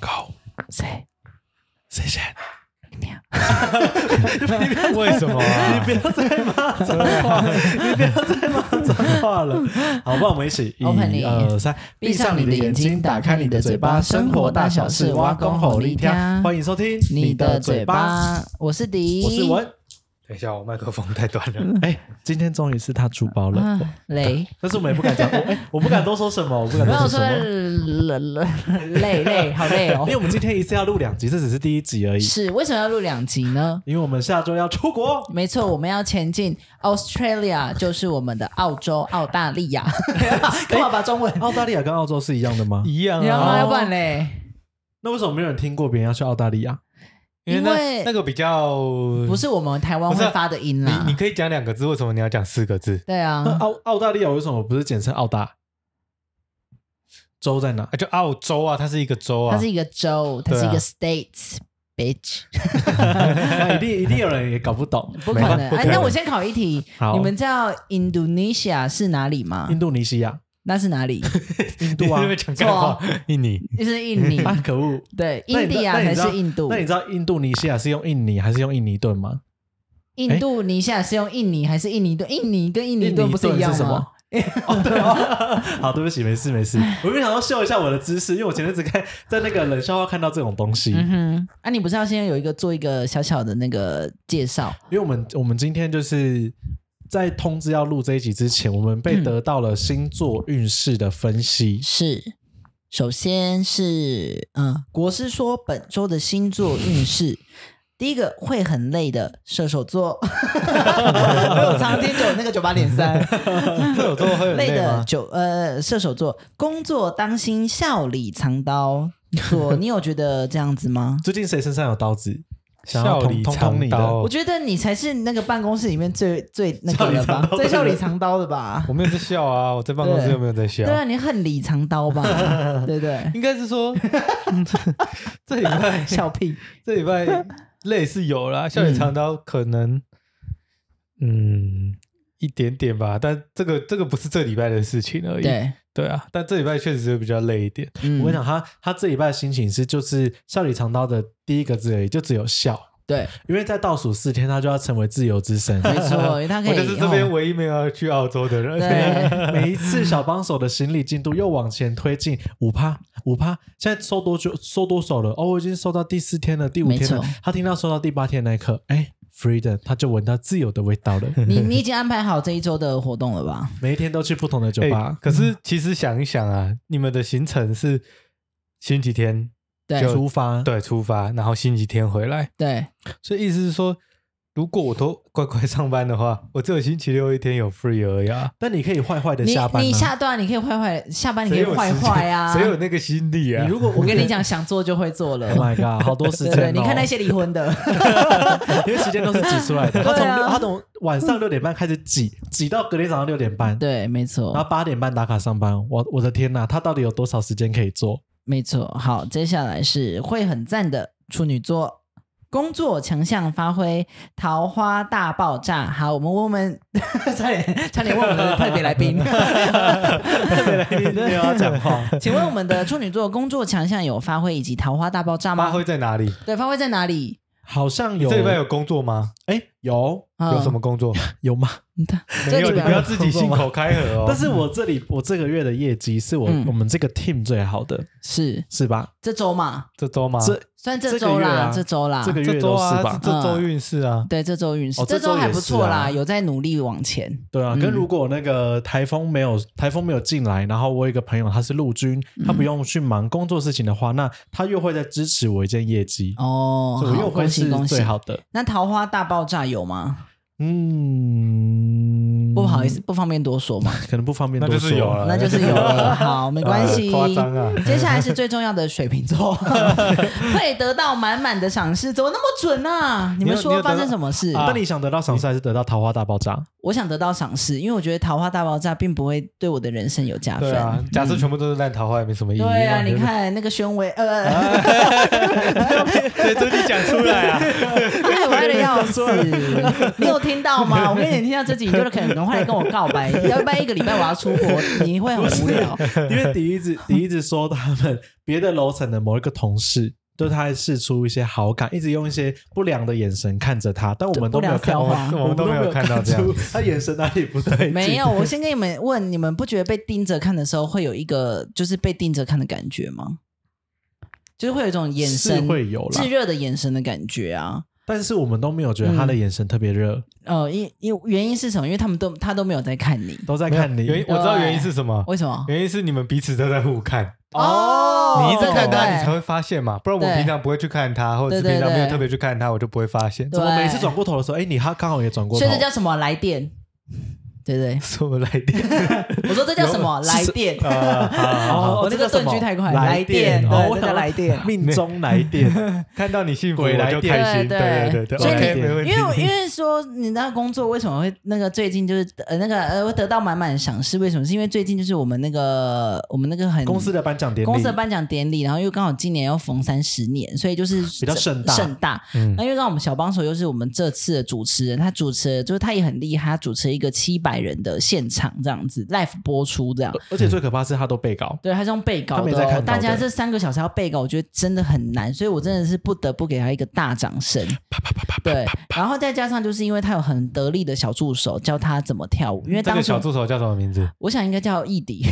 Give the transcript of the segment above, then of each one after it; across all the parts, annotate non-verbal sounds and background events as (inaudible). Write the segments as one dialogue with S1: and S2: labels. S1: 靠，
S2: 谁？
S1: 谢谢。
S2: 你啊
S3: 为什
S1: (laughs)
S3: 么啊？
S1: 不要再骂脏话了，你不要再骂脏话了。好，不然我们一起，一
S2: Opening
S1: 二三，
S2: 闭上你的眼睛打开你的嘴巴生活大小事挖空吼力听
S1: 欢迎收听
S2: 你的嘴
S1: 巴，
S2: 巴，我是迪，
S1: 我是文。
S3: 等一下，我麦克风太短 (laughs) 了。
S1: 哎，今天终于是他出包了，
S2: 啊雷，
S1: 但是我们也不敢讲，我哎，我不敢多说什么，我不敢
S2: 没有
S1: 多
S2: 我
S1: 说
S2: 说
S1: 什么，
S2: 累累累，好累哦
S1: 因为。我们今天一次要录两集，这只是第一集而已，
S2: (laughs) 是为什么要录两集呢？
S1: 因为我们下周要出国。
S2: 没错，我们要前进 Australia，就是我们的澳洲、澳大利亚。
S1: (laughs)
S2: 干嘛把中文？
S1: 哎澳大利亚跟澳洲是一样的吗？哦
S3: 一样
S2: 然
S3: 啊
S2: 后，要不然嘞？
S1: 那为什么没有人听过别人要去澳大利亚？
S3: 因为
S2: 因为
S3: 那那个比较
S1: 哦
S2: 不是我们台湾
S3: 不是
S2: 会
S3: 啊
S2: 发的音
S3: 你
S2: 啦
S3: 你。可以讲两个字，为什么你要讲四个字？
S1: (laughs)
S2: 对啊
S1: 那，澳澳大利亚为什么不是简称澳大？州在哪
S3: 啊，？就澳洲啊，它是一个州
S1: (laughs)
S2: 它
S3: 啊，
S2: 是一个州，它是一
S3: 对
S2: 个
S3: 啊
S2: states。bitch，
S1: 那啊一定一定有人也搞不懂，
S2: 不可能！
S3: 不
S2: 哎
S3: 可，能
S2: 那我先考一题，
S1: 好
S2: 你们知道 Indonesia 是哪里吗
S1: 印？度尼西
S3: (laughs)
S1: 亚、
S2: 那是哪里？
S1: 印
S2: (laughs)
S3: 你
S1: 度啊
S3: 是不是讲干话？印尼
S2: 就是印尼。
S1: 啊，可恶！
S2: 对，
S1: 那
S2: 印
S1: 你
S2: 度
S1: 知道
S2: 啊
S1: 那
S2: 才是
S1: 你知道
S2: 印度
S1: 那。你知道印度尼西亚是用印尼还是用印尼盾吗？
S2: 印度尼西亚是用印尼还是印尼盾？印尼跟印尼
S1: 印
S2: 盾
S1: 尼
S2: 不一
S1: 盾
S2: 样啊
S1: 是什
S2: 吗 (laughs)
S1: 么？？哦，对
S2: 啊
S1: 哦， (laughs) 好，对不起，没事没事，我就想要秀一下我的知识，因为我前阵子看在那个冷笑话看到这种东西，
S2: 嗯哼，啊，你不是要先有一个做一个小小的那个介绍？
S1: 因为我们我们今天就是在通知要录这一集之前，我们被
S2: 嗯
S1: 得到了星座运势的分
S2: (laughs)
S1: 析，
S2: 是，首先是嗯，国师说本周的星座运势。第一个会很累的射手座， (laughs) 我常听九那个九八点三，
S3: 射手座会很
S2: 累
S3: 累
S2: 的
S3: 吗？
S2: 九呃射手座，工作当心笑里藏刀。座，你有觉得这样子吗？
S1: 最近谁身上有刀子？想要
S3: 笑
S1: 捅
S3: 里
S1: 捅捅
S3: 藏
S1: 你的
S3: 刀
S2: 我，觉得你才是那个办公室里面最最那个了吧，最笑里藏刀的吧
S3: 我？没有在笑啊，我在办公室
S2: 对
S3: 又没有在笑
S2: 对。啊，你恨里藏刀吧？对不对，
S3: 应该是
S1: (laughs)
S3: 说这礼拜
S2: 笑屁。
S3: 这礼拜累是有啦，
S1: 嗯
S3: 笑里藏刀可能，嗯，一点点吧，但这个这个不是这礼拜的事情而已。
S2: 对，
S3: 对啊，但这礼拜确实是比较累一点。
S2: 嗯
S1: 我跟你讲，他他这礼拜的心情是就是笑里藏刀的第一个字而已，就只有笑，
S2: 对，
S1: 因为在倒数四天，他就要成为自由之
S2: (laughs)
S1: 身。
S2: 没错，因为他可
S3: 我
S2: 以
S3: 就是这边
S2: 哦
S3: 唯一没有要去澳洲的人。
S1: (laughs)
S2: 对，
S1: 每一次小帮手的行李进度又往前推进五趴五趴，现在收多久收多少了？哦，我已经收到第四天了，第五天
S2: 没
S1: 了
S2: 错。
S1: 他听到收到第八天那一刻，哎，freedom，他就闻到自由的味道
S2: (laughs)
S1: 了。
S2: 你你已经安排好这一周的活动了吧？
S1: 每一天都去不同的酒
S3: 哎
S1: 吧，
S3: 可是其实想一想啊，你们的行程是星期天
S2: 对
S3: 就
S1: 出发。
S3: 对出发，然后星期天回来，
S2: 对，
S3: 所以意思是说，如果我都乖乖上班的话，我只有星期六一天有 free 而已啊。
S1: 但你可以坏坏的
S2: 你
S1: 下班啊。
S2: 你下段你可以坏坏，下班你可
S3: 谁
S2: 以
S3: 有
S2: 坏
S3: 时间
S2: 坏啊。
S3: 谁
S2: (laughs)
S3: 有那个心力啊？
S1: 你如果，
S2: 我跟你讲，想做就会做了
S1: ，Oh (laughs) my god，好多时
S2: 对
S1: 间
S2: 不
S1: 哦。
S2: 对？你看那些离婚的，
S1: (laughs) 因为时间都是挤出来的。他从
S2: 对啊
S1: 六他从晚上六点半开始挤，挤到隔天早上六点半，
S2: 对，没
S1: 然
S2: 错，
S1: 后八点半打卡上班。我我的天呐，他到底有多少时间可以做？ (laughs)
S2: 没错。好，接下来是会很赞的处女座。工作强项发挥，桃花大爆炸。好，我们问问， (laughs) 差点差点问我们的特别来宾，
S1: (laughs) 没有要讲话。
S2: 请问我们的处女座工作强项有发挥以及桃花大爆炸吗？
S3: 发挥在哪里？
S2: 对，发挥在哪里？
S1: 好像
S3: 你
S1: 有
S3: 这礼拜有工作吗？
S1: 哎有
S2: 嗯
S3: 有什么工作？
S1: 有吗？
S2: 你看，
S3: 没
S2: 这
S3: 有，
S2: 里
S3: 你
S2: 边
S3: 不要自己信口开河哦。
S1: (laughs) 但是我这里我这个月的业绩是我
S2: 嗯
S1: 我们这个 team 最好的，
S2: 是
S1: 是吧？
S2: 这周嘛？
S3: 这周吗？
S1: 这
S2: 算
S1: 这
S2: 这
S1: 个
S2: 周
S1: 月
S2: 啦，
S1: 啊
S2: 这周啦，
S1: 这个
S3: 这
S1: 月
S3: 周
S1: 都
S3: 啊，
S1: 是吧
S3: 这？这周运势啊，
S2: 对这周运势，
S1: 哦
S2: 这
S1: 这周
S2: 周还不错
S1: 也是
S2: 啦，
S1: 啊
S2: 有在努力往前。
S1: 对啊，
S2: 嗯
S1: 跟如果那个台风没有台风没有进来，然后我有一个朋友他是陆军，
S2: 嗯
S1: 他不用去忙工作事情的话，那他又会在支持我一件业绩，
S2: 哦，
S1: 所以我
S2: 好，
S1: 又
S2: 恭
S1: 会
S2: 喜
S1: 是
S2: 恭喜
S1: 最！好的。
S2: 那桃花大爆炸有吗？
S1: 嗯，
S2: 不好意思，不方便多说嘛，
S1: 可能不方便
S3: 那
S1: 多
S3: 就是有
S1: 说。
S3: 了，
S2: 那就是有了。好，没关系。
S3: 啊夸张啊！
S2: 接下来是最重要的水瓶
S3: (laughs)
S2: 座，会得到满满的赏识，怎么那么准啊？你
S3: 有
S2: 们
S3: 你
S2: 说
S3: 有得到啊
S2: 发生什么事？
S1: 那啊你想得到赏识还是得到桃花大爆炸？
S2: 我想得到赏识，因为我觉得《桃花大爆炸》并不会对我的人生有加分。
S3: 对啊，假设全部都是烂桃花，也没什么意义。
S2: 对啊，
S3: 我
S2: 你
S3: 觉得，
S2: 看那个宣威，呃，
S3: (laughs) 对，终于讲出来啊！
S2: 害歪的要死，你有听到吗？我跟你讲，你听到这集，你就是可能会来跟我告白，要不然一个礼拜我要出国，你会很无聊。 (laughs)
S1: 因为迪一直迪一直说他们别的楼层的某一个同事。对他还示出一些好感，一直用一些不良的眼神看着他，但我们都没有看到，
S2: 不良
S1: 们没
S2: 笑
S3: 话
S1: 看
S3: 我们都没有看到这
S1: 出他眼神哪里不对劲。
S2: (laughs) 没有，我
S1: (laughs)
S2: 先跟你们问，你们不觉得被盯着看的时候会有一个就是被盯着看的感觉吗？就是会有一种眼
S1: 是
S2: 神
S1: 会有啦
S2: 炙，热的眼神的感觉啊。
S1: 但是我们都没有觉
S2: 嗯
S1: 得他的眼神特别热，
S2: 呃，因因原因是什么？因为他们都他都没有在看你，哦
S1: 都在看你。
S3: 原因我知道原因是什么，
S2: 为什么？
S3: 原因是你们彼此都在互看。
S2: 哦
S3: 你一直看他，
S2: 对
S3: 你才会发现嘛，不然我
S2: 对
S3: 平常不会去看他，或者是
S2: 对对
S3: 平常没有
S2: 对
S3: 特别去看他，我就不会发现。
S2: 对
S1: 怎么每次转过头的时候，哎，你他刚好也转过
S2: 所
S1: 头
S2: 以，这叫什么来电？对不对，
S3: (laughs) 什么来
S2: (laughs)
S3: 电？
S2: 我说这叫
S1: (laughs)
S2: 什么来电？
S1: 哦
S2: 我这个
S1: 这叫什
S2: 顿
S1: 么
S2: 句太快，
S1: 来
S2: 来电，
S1: 电哦
S2: 对，
S1: 我
S2: 这叫
S1: 想
S2: 来电。嗯
S1: 命中来
S2: (laughs)
S1: 电，
S3: 看到你幸福，我
S1: 鬼来
S3: 就
S1: 电
S3: 开心。
S2: 对
S3: 对
S2: 对
S3: 对对
S1: 所以你
S3: ，OK，没问
S2: 因
S3: 题。
S2: 为因为说你那个工作为什么会那个最近就是呃那个呃会得到满满的赏识？为什么？是因为最近就是我们那个我们那个很
S1: 公司的颁奖典礼，
S2: 公司的颁奖典礼，然后又刚好今年要逢三十年，所以就是
S1: (laughs) 比较盛大嗯
S2: 盛大。那因为刚好我们小帮手又是我们这次的主持人，他主持了就是他也很厉害，他主持了一个七百人的现场这样子 live 播出这样。
S1: 而且最可怕是他都被告，
S2: 对，他是用背稿
S1: 他没
S2: 的、
S1: 在看稿，
S2: 哦
S1: 的
S2: 大家这三个小时要背稿，我觉得真的很难，所以我真的是不得不给他一个大掌声。对，然后再加上就是因为他有很得力的小助手教他怎么跳舞，因为
S3: 这
S2: 当
S3: 个
S2: 时
S3: 小助手叫什么名字？
S2: 我想应该叫艺迪，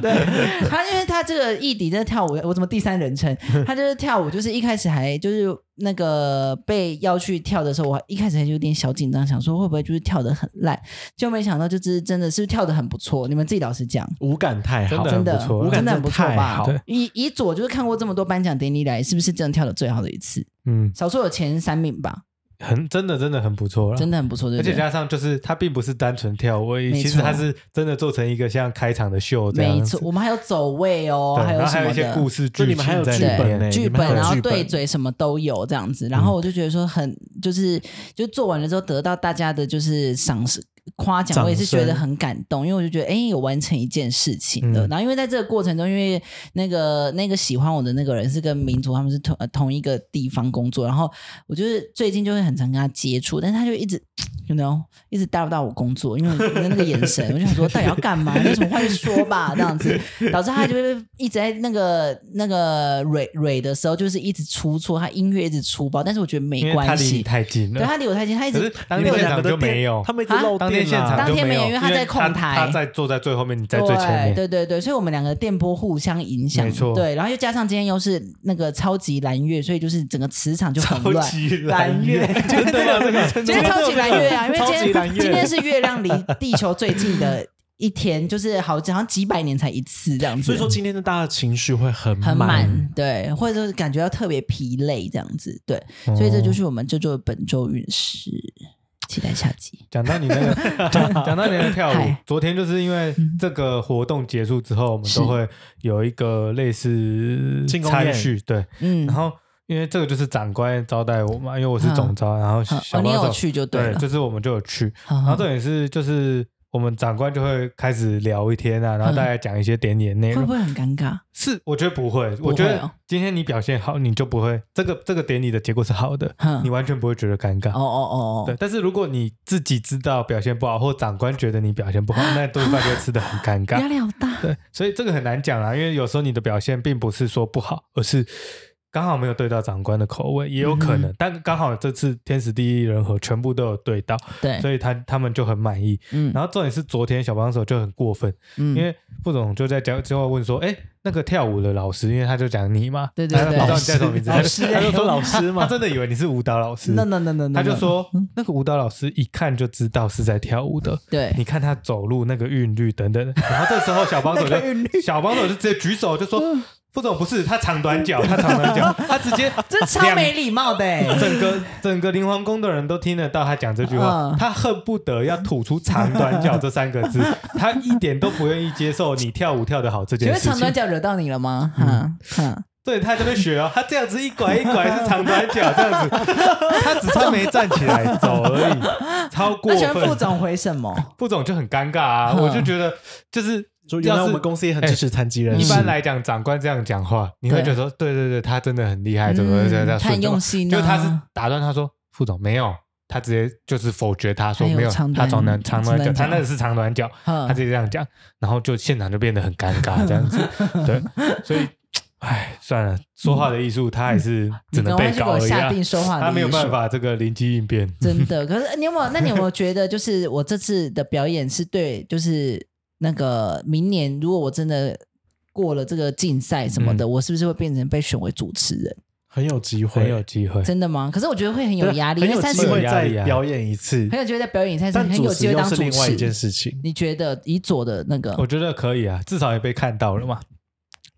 S2: 对他，因为他这个艺迪在跳舞，我怎么第三人称？他就是跳舞，就是一开始还就是那个被要去跳的时候，我一开始还有点小紧张，想说会不会就是跳的很烂，就没想到就是真的是跳的很不错。你们自己老实讲。
S1: 无感太好，
S2: 真
S3: 真
S2: 的
S3: 很不错
S1: 无
S2: 真
S1: 感
S2: 的
S1: 真
S2: 很嗯不
S1: 的
S2: 错
S1: 太
S2: 吧
S1: 好。？
S2: 以以左就是看过这么多颁奖典礼来，是不是真的跳的最好的一次？
S3: 嗯，
S2: 少说有前三名吧，
S3: 很真的真的很不错了，
S2: 真的很不错，对
S3: 而
S2: 不
S3: 且
S2: 对？
S3: 加上就是他并不是单纯跳舞而已，
S2: 没
S3: 其实
S2: 错
S3: 他是真的做成一个像开场的秀这样
S2: 没
S3: 子
S2: 错，。我们还有走位哦，
S3: 对，然
S2: 有
S3: 后
S2: 什
S3: 还有
S2: 么
S3: 一些
S2: 的
S3: 故事
S1: 就
S3: 剧
S1: 你们还
S3: 情
S1: 有
S3: 在
S1: 剧
S3: 里
S1: 本
S3: 面
S1: 呢，
S2: 剧
S1: 你们还
S2: 本，
S1: 有
S2: 然后
S1: 剧本嗯
S2: 对嘴什么都有这样子，然后我就觉得说很就是就做完了之后得到大家的就是赏识夸奖，
S1: 掌声
S2: 我也是觉得很感动，因为我就觉得哎、诶有完成一件事情了。
S3: 嗯
S2: 然后因为在这个过程中，因为那个那个喜欢我的那个人是跟民族他们是同、呃同一个地方工作，然后我就是最近就会很常跟他接触，但是他就一直。you know，一直打扰到我工作，因为你的那个眼神，我就想说到底要干嘛？你有什么话就说吧，这样子，导致他就会一直在那个那个蕊蕊的时候，就是一直出错，他音乐一直出包，但是我觉得
S3: 因
S2: 没
S3: 为他
S2: 关
S3: 离你
S2: 系，
S3: 太近
S2: 对
S3: 了。
S2: 他离我太近，他一
S3: 可是
S2: 直
S3: 当
S1: 你
S3: 天
S1: 们
S3: 现
S1: 两
S3: 场
S1: 个
S3: 就
S1: 的电
S3: 没有，
S1: 他们一直
S2: 啊
S1: 漏
S3: 当天
S1: 电
S3: 现
S1: 啦
S3: 场就
S2: 当天没
S3: 有，
S2: 有因为他在控台
S3: 他在坐在最后面，你在最前
S2: 对
S3: 面。
S2: 对对对，所以我们两个电波互相影响，
S3: 没错
S2: 对，然后又加上今天又是那个超级蓝月，所以就是整个磁场就很乱，
S3: 级
S1: (laughs)
S2: 蓝月，
S3: 真的
S1: 啊
S2: (laughs)
S3: 吗？这个真
S2: 今
S3: 的
S2: 天
S3: 吗
S2: 超级蓝月啊，因为
S1: 超级
S2: 今
S1: 蓝
S2: 天
S1: 月
S2: 今天是月亮离地球最近的一天，就是好好像几百年才一次这样子。
S1: 所以说今天的大家的情绪会很
S2: 很
S1: 满，
S2: 满，对，或者是感觉到特别疲累这样子，对，所以这
S3: 哦
S2: 就是我们这周的本周运势，期待下集。
S3: 讲到你那
S2: (laughs)
S3: 个，讲讲到你的跳舞
S2: 嗨，嗯
S3: 昨天就是因为这个活动结束之后，我们
S2: 是
S3: 都会有一个类似
S1: 庆功
S3: 餐
S1: 宴
S3: 叙，对。
S2: 嗯，
S3: 然后因为这个就是长官招待我嘛，因为我是总招，然后
S2: 好
S3: 小
S2: 哦，你
S3: 帮
S2: 有
S3: 手，
S2: 去就
S3: 对，
S2: 了，嗯
S3: 就是我们就有去。
S2: 然
S3: 然后重点是就是我们长官就会开始聊一天啊，然后大家讲一些点点内
S2: 嗯会
S3: 容
S2: 不。会很尴尬？
S3: 是，我觉得不会。
S2: 会
S3: 我觉得
S2: 哦
S3: 今天你表现好，你就不会这个这个典礼的结果是好的，
S2: 哼
S3: 你完全不会觉得尴
S2: 嗯哦
S3: 尬。
S2: 哦哦，
S3: 对，，但是如果你自己知道表现不好，或长官觉得你表
S2: (laughs)
S3: 现不好，那顿饭就会吃的很尴
S2: 压 (laughs)
S3: 尬。
S2: 力好大，
S3: 对，所以这个很难讲啦，因为有时候你的表现并不是说不好，而是刚好没有对到长官的口味，也有可
S2: 嗯
S3: 能。但刚好这次天时地利人和全部都有对到，
S2: 对，
S3: 所以他他们就很满意。
S2: 嗯
S3: 然后重点是昨天小帮手就很过分，
S2: 嗯
S3: 因为副总就在讲，就会问说：“哎、那个跳舞的老师，因为他就讲你嘛，
S2: 对对对
S3: 他不知道你叫什么名字，
S2: 老师
S3: (laughs) 他就他就说
S1: 老师嘛
S3: 他真的以为你是舞蹈老师，
S2: 那那那那，
S3: 他就说
S2: 嗯
S3: 那个舞蹈老师一看就知道是在跳舞的，
S2: 对
S3: 你看他走路那个韵律等等。然后这时候小帮手
S2: (laughs) 那个韵嗯
S3: 就小帮手就直接举手就说：副总不是他长短脚，他长
S2: (laughs)
S3: 短脚，他直接
S2: 这超没礼貌
S3: (laughs)
S2: 的、欸。
S3: 整个整个灵皇宫的人都听得到他讲这句话
S2: 嗯，
S3: 他恨不得要吐出“长短脚”这三个字，他一点都不愿意接受你跳舞跳得好这
S2: 请
S3: 件
S2: 问
S3: 事
S2: 长短
S3: 情。
S2: 脚惹到你了吗？嗯嗯，
S3: 对，他这边学哦，他这样子一拐一拐是长短脚这样
S1: (laughs)
S3: 子，他只差没站起来走而已，超过
S2: 那请问
S3: 分。
S2: 副总回什么？
S3: 副总就很尴尬啊，
S2: 嗯
S3: 我就觉得就是
S1: 就原来
S3: 要
S1: 我
S3: 是
S1: 们公司也很支持残疾人
S3: 一
S1: 士，
S3: 般来讲，长官这样讲话，你会觉得说，对对对，他真的很厉害，怎哎么会这样这样
S2: 他很嗯
S3: 说
S2: 用心啊、
S3: 就他是打断他说，副总没有，他直接就是否决他说
S2: 哎呦
S3: 没有，
S2: 长
S3: 他
S2: 短
S3: 长短长短
S2: 长
S3: 脚，
S2: 短
S3: 他
S2: 脚
S3: 那个是长短脚，
S2: 嗯
S3: 他直接这样讲，然后就现场就变得很尴尬这样
S2: (laughs)
S3: 子，对，所以，哎，算了，说话的艺术他还是只
S2: 嗯你
S3: 能
S2: 赶快
S3: 被
S2: 去给
S3: 搞
S2: 我
S3: 而已
S2: 下
S3: 啊，
S2: 定说话的
S3: 他没有
S2: 艺术
S3: 办法这个灵机应变， (laughs)
S2: 真的，可是你有没有？那你有没有觉得，就是我这次的表演是对，就是那个明年如果我真的过了这个竞赛什么的，我是不是会变成被选为主持人？
S1: 很有机会，
S3: 很有机会，
S2: 真的吗？可是我觉得会很有压力，
S1: 很
S2: 因为
S1: 有
S2: 三
S1: 机
S2: 十
S1: 会
S3: 有压
S1: 再
S3: 力啊
S1: 表演一次
S2: 很，有机会在表演赛上
S1: 但
S2: 很
S1: 主
S2: 有
S1: 持
S2: 机会
S1: 又
S2: 当
S1: 是
S2: 主
S1: 另外一件
S2: 持。
S1: 事情。
S2: 你觉得以左的那个
S3: 我觉得可以啊，至少也被看到了嘛，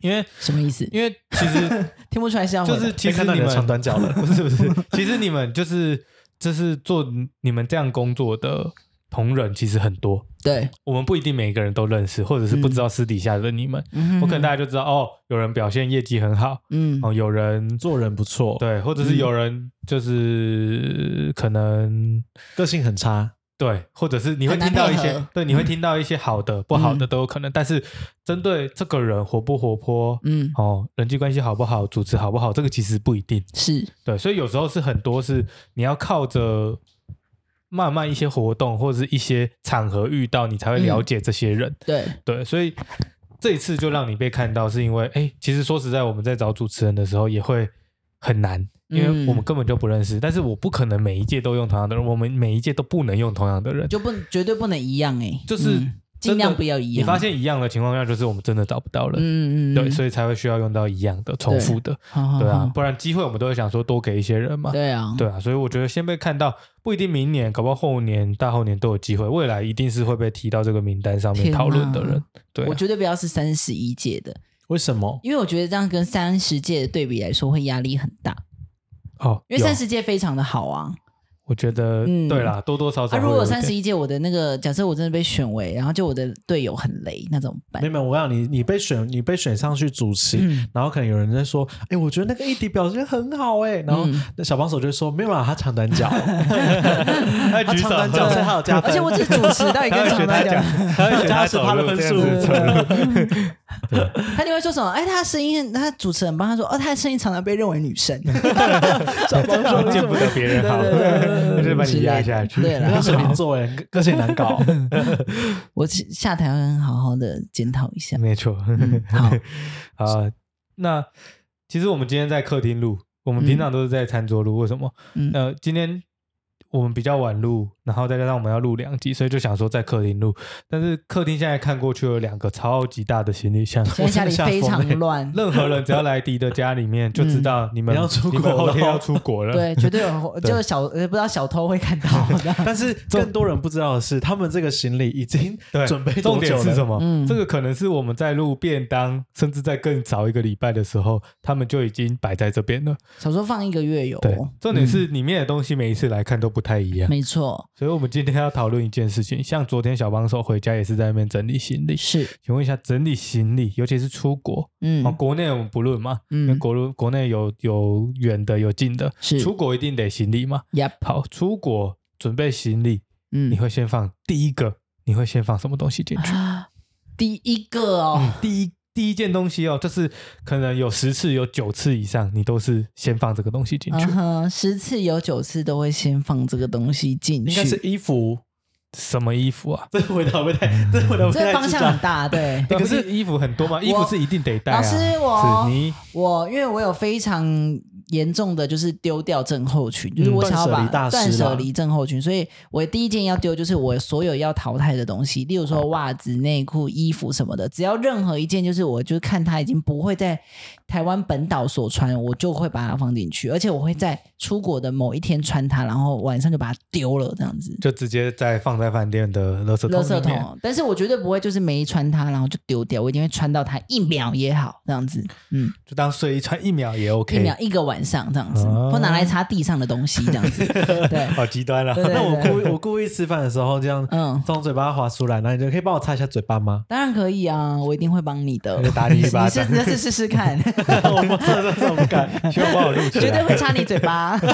S3: 因
S2: (laughs)
S3: 为
S2: 什么意思？
S3: 因为其实。
S2: 听不出来是要回
S3: 就
S2: 的
S3: 是其
S1: 被
S3: 实
S1: 看到
S3: 你
S1: 你的
S3: 们
S1: 长短脚了
S3: (laughs) 不是不是，其实你们就是就是做你们这样工作的同仁其实很多，
S2: 对，
S3: 我们不一定每个人都认识，或者是不知
S1: 嗯
S3: 道私底下的你们，
S2: 嗯
S3: 我可能大家就知道哦，有人表现业绩很好，
S2: 嗯
S3: 哦，有人
S1: 做人不错，
S3: 对，或者是有人就是、可能。
S1: 个性很差，
S3: 对，或者是你会
S2: 很难
S3: 听到一
S2: 配
S3: 些
S2: 合，嗯
S3: 对，你会听到一些好的、不好的都有可能。但是针对这个人活不活泼，
S2: 嗯
S3: 哦，人际关系好不好，主持好不好，这个其实不一定。
S2: 是
S3: 对，所以有时候是很多是你要靠着慢慢一些活动或者是一些场合遇到，你才
S2: 嗯
S3: 会了解这些人。
S2: 对
S3: 对，所以这一次就让你被看到，是因为哎，其实说实在，我们在找主持人的时候也会很难，因为
S2: 嗯
S3: 我们根本就不认识。但是我不可能每一届都用同样的人，我们每一届都不能用同样的人，
S2: 就不绝对不能一样哎、
S3: 就是
S2: 嗯
S3: 真
S2: 尽
S3: 的
S2: 量不要一样。
S3: 你发现一样的情况下，就是我们真的找不到人。
S2: 嗯嗯嗯，
S3: 对，所以才会需要用到一样的、重复的，
S2: 好好
S3: 对啊
S2: 好，
S3: 不然机会我们都会想说多给一些人嘛。
S2: 对啊，
S3: 对啊，所以我觉得先被看到，不一定明年，搞不好后年、大后年都有机会。未来一定是会被提到这个名单上面
S2: 天
S3: 讨论
S2: 哪
S3: 的人。对啊、
S2: 我绝对不要是三十一届的，
S1: 为什么？
S2: 因为我觉得这样跟三十届的对比来说会压力很大，
S3: 哦，
S2: 因为三
S3: 有，
S2: 十届非常的好啊。
S3: 我觉得、
S2: 嗯
S3: 对啦，多多少少
S2: 啊，
S3: 会有一点。
S2: 如果三十一届我的那个假设我真的被选为，然后就我的队友很雷，那怎么办
S1: 没？有，我告诉你，你被选，你被选上去主持，
S3: (laughs)
S2: 嗯
S1: 然后可能有人在说，哎、我觉得那个一迪表现很好、哎，然后
S2: 嗯
S1: 那小帮手就说，没有啦，他长短脚，
S3: 他
S1: 他
S3: 举手
S1: 长短脚所以他有加分，
S2: 而且我只主持到一
S3: (laughs) 他
S2: 个
S3: 会学
S2: 长
S3: 他
S2: 短
S3: 讲
S2: 脚，，(laughs)
S3: 他会学他
S1: 加十
S3: 走
S1: 趴的
S3: 路
S1: 分
S3: 这样
S1: 数
S3: 子走路
S2: 他就会说什么？哎，他的声音，他主持人帮他说，哦，他的声音常常被认为女
S3: (laughs)
S2: 生，
S1: 小帮手
S3: 见不得别人好， (laughs) 就是把你压下去。
S2: 对
S1: 他
S2: 啦，
S1: 水瓶座哎，个性难搞，
S2: 我下台要好好的检讨一下。
S3: (laughs) 没错。 (laughs)
S2: 嗯好，
S3: 啊，那其实我们今天在客厅录，我们
S2: 嗯
S3: 平常都是在餐桌录，为什么？
S2: 嗯
S3: 呃，今天我们比较晚录，然后再加上我们要录两集，所以就想说在客厅录。但是客厅现在看过去有两个超级大的行李箱，
S2: 现在家里非
S3: 我真的吓
S2: 常
S3: 疯了。
S2: 乱，
S3: 任何人只要来迪的家里面，就知道嗯你们
S1: 你要出
S3: 你们
S1: 国
S3: 后天
S1: 了
S3: 要出国了。
S2: 对，绝对有，
S3: (laughs) 对
S2: 就是小呃不知道小偷会看
S3: (laughs)
S2: 到的。
S1: 但是更多人不知道的是，他们这个行李已经
S3: 对，
S1: 准备
S3: 重
S1: 多
S3: 点
S1: 久
S3: 是
S1: 了？
S3: 什么？
S2: 嗯
S3: 这个可能是我们在录便当，甚至在更早一个礼拜的时候，他们就已经摆在这边了。
S2: 小说放一个月有，
S3: 对，重点是里面的东西每一次来看都不太一样，
S2: 没错，
S3: 所以我们今天要讨论一件事情，像昨天小帮手回家也是在那边整理行李。
S2: 是，
S3: 请问一下，整理行李，尤其是出国，
S2: 嗯
S3: 哦，国内我们不论嘛，因为
S2: 嗯
S3: 国论国内有有远的有近的，
S2: 是
S3: 出国一定得行李嘛。
S2: ，Yep，
S3: 好，出国准备行李，
S2: 嗯，
S3: 你会先放第一个，你会先放什么东西进去？
S2: 啊第一个哦，
S3: 第一第一件东西哦，就是可能有十次有九次以上，你都是先放这个东西进去
S2: 嗯。哼，十次有九次都会先放这个东西进
S1: 应该是
S2: 去，
S1: 衣服，
S3: 什么衣服啊？欸
S1: 这回答不太， (laughs) 这回答不
S2: 这
S1: 太
S2: 方
S1: 智
S2: 向
S1: 障
S2: 很。
S1: (laughs)
S2: 大，对。
S3: 可是衣服很多吗？衣服是一定得带
S2: 老
S3: 啊。
S2: 师我
S3: 是你
S2: 我因为我有非常严重的就是丢掉症候群，就是
S1: 嗯
S2: 我想要
S1: 断
S2: 把
S1: 舍离大师啦
S2: 断舍离症候群，所以我第一件要丢就是我所有要淘汰的东西，例如
S1: 哦
S2: 说袜子、内裤、衣服什么的，只要任何一件就是我就是看它已经不会在台湾本岛所穿，我就会把它放进去，而且我会在出国的某一天穿它，然后晚上就把它丢了这样子。
S3: 就直接再放在饭店的垃圾
S2: 垃
S3: 桶
S2: 圾
S3: 里面。
S2: 桶，但是我绝对不会就是没穿它，然后就丢掉，我一定会穿到它一秒也好，这样子，嗯。
S3: 就当睡衣穿一秒也 OK。
S2: 一秒一个晚上这样子，
S3: 哦
S2: 或拿来擦地上的东西这样
S3: (laughs)
S2: 子，对，
S3: 好哦极端了。
S2: 对对
S1: 那我
S2: 对
S1: 故意我故意吃饭的时候这样，
S2: 嗯
S1: 从嘴巴滑出来，那你就可以帮我擦一下嘴巴吗？
S2: 当然可以啊，我一定会帮你的
S3: 就，打你一巴掌啊
S2: 你是你是试试看，
S3: (laughs)
S1: 我不知道这种感觉。
S3: 希望把我录起
S2: 绝对
S3: 来。
S2: 会插你嘴
S3: (laughs)
S2: 巴。
S3: 所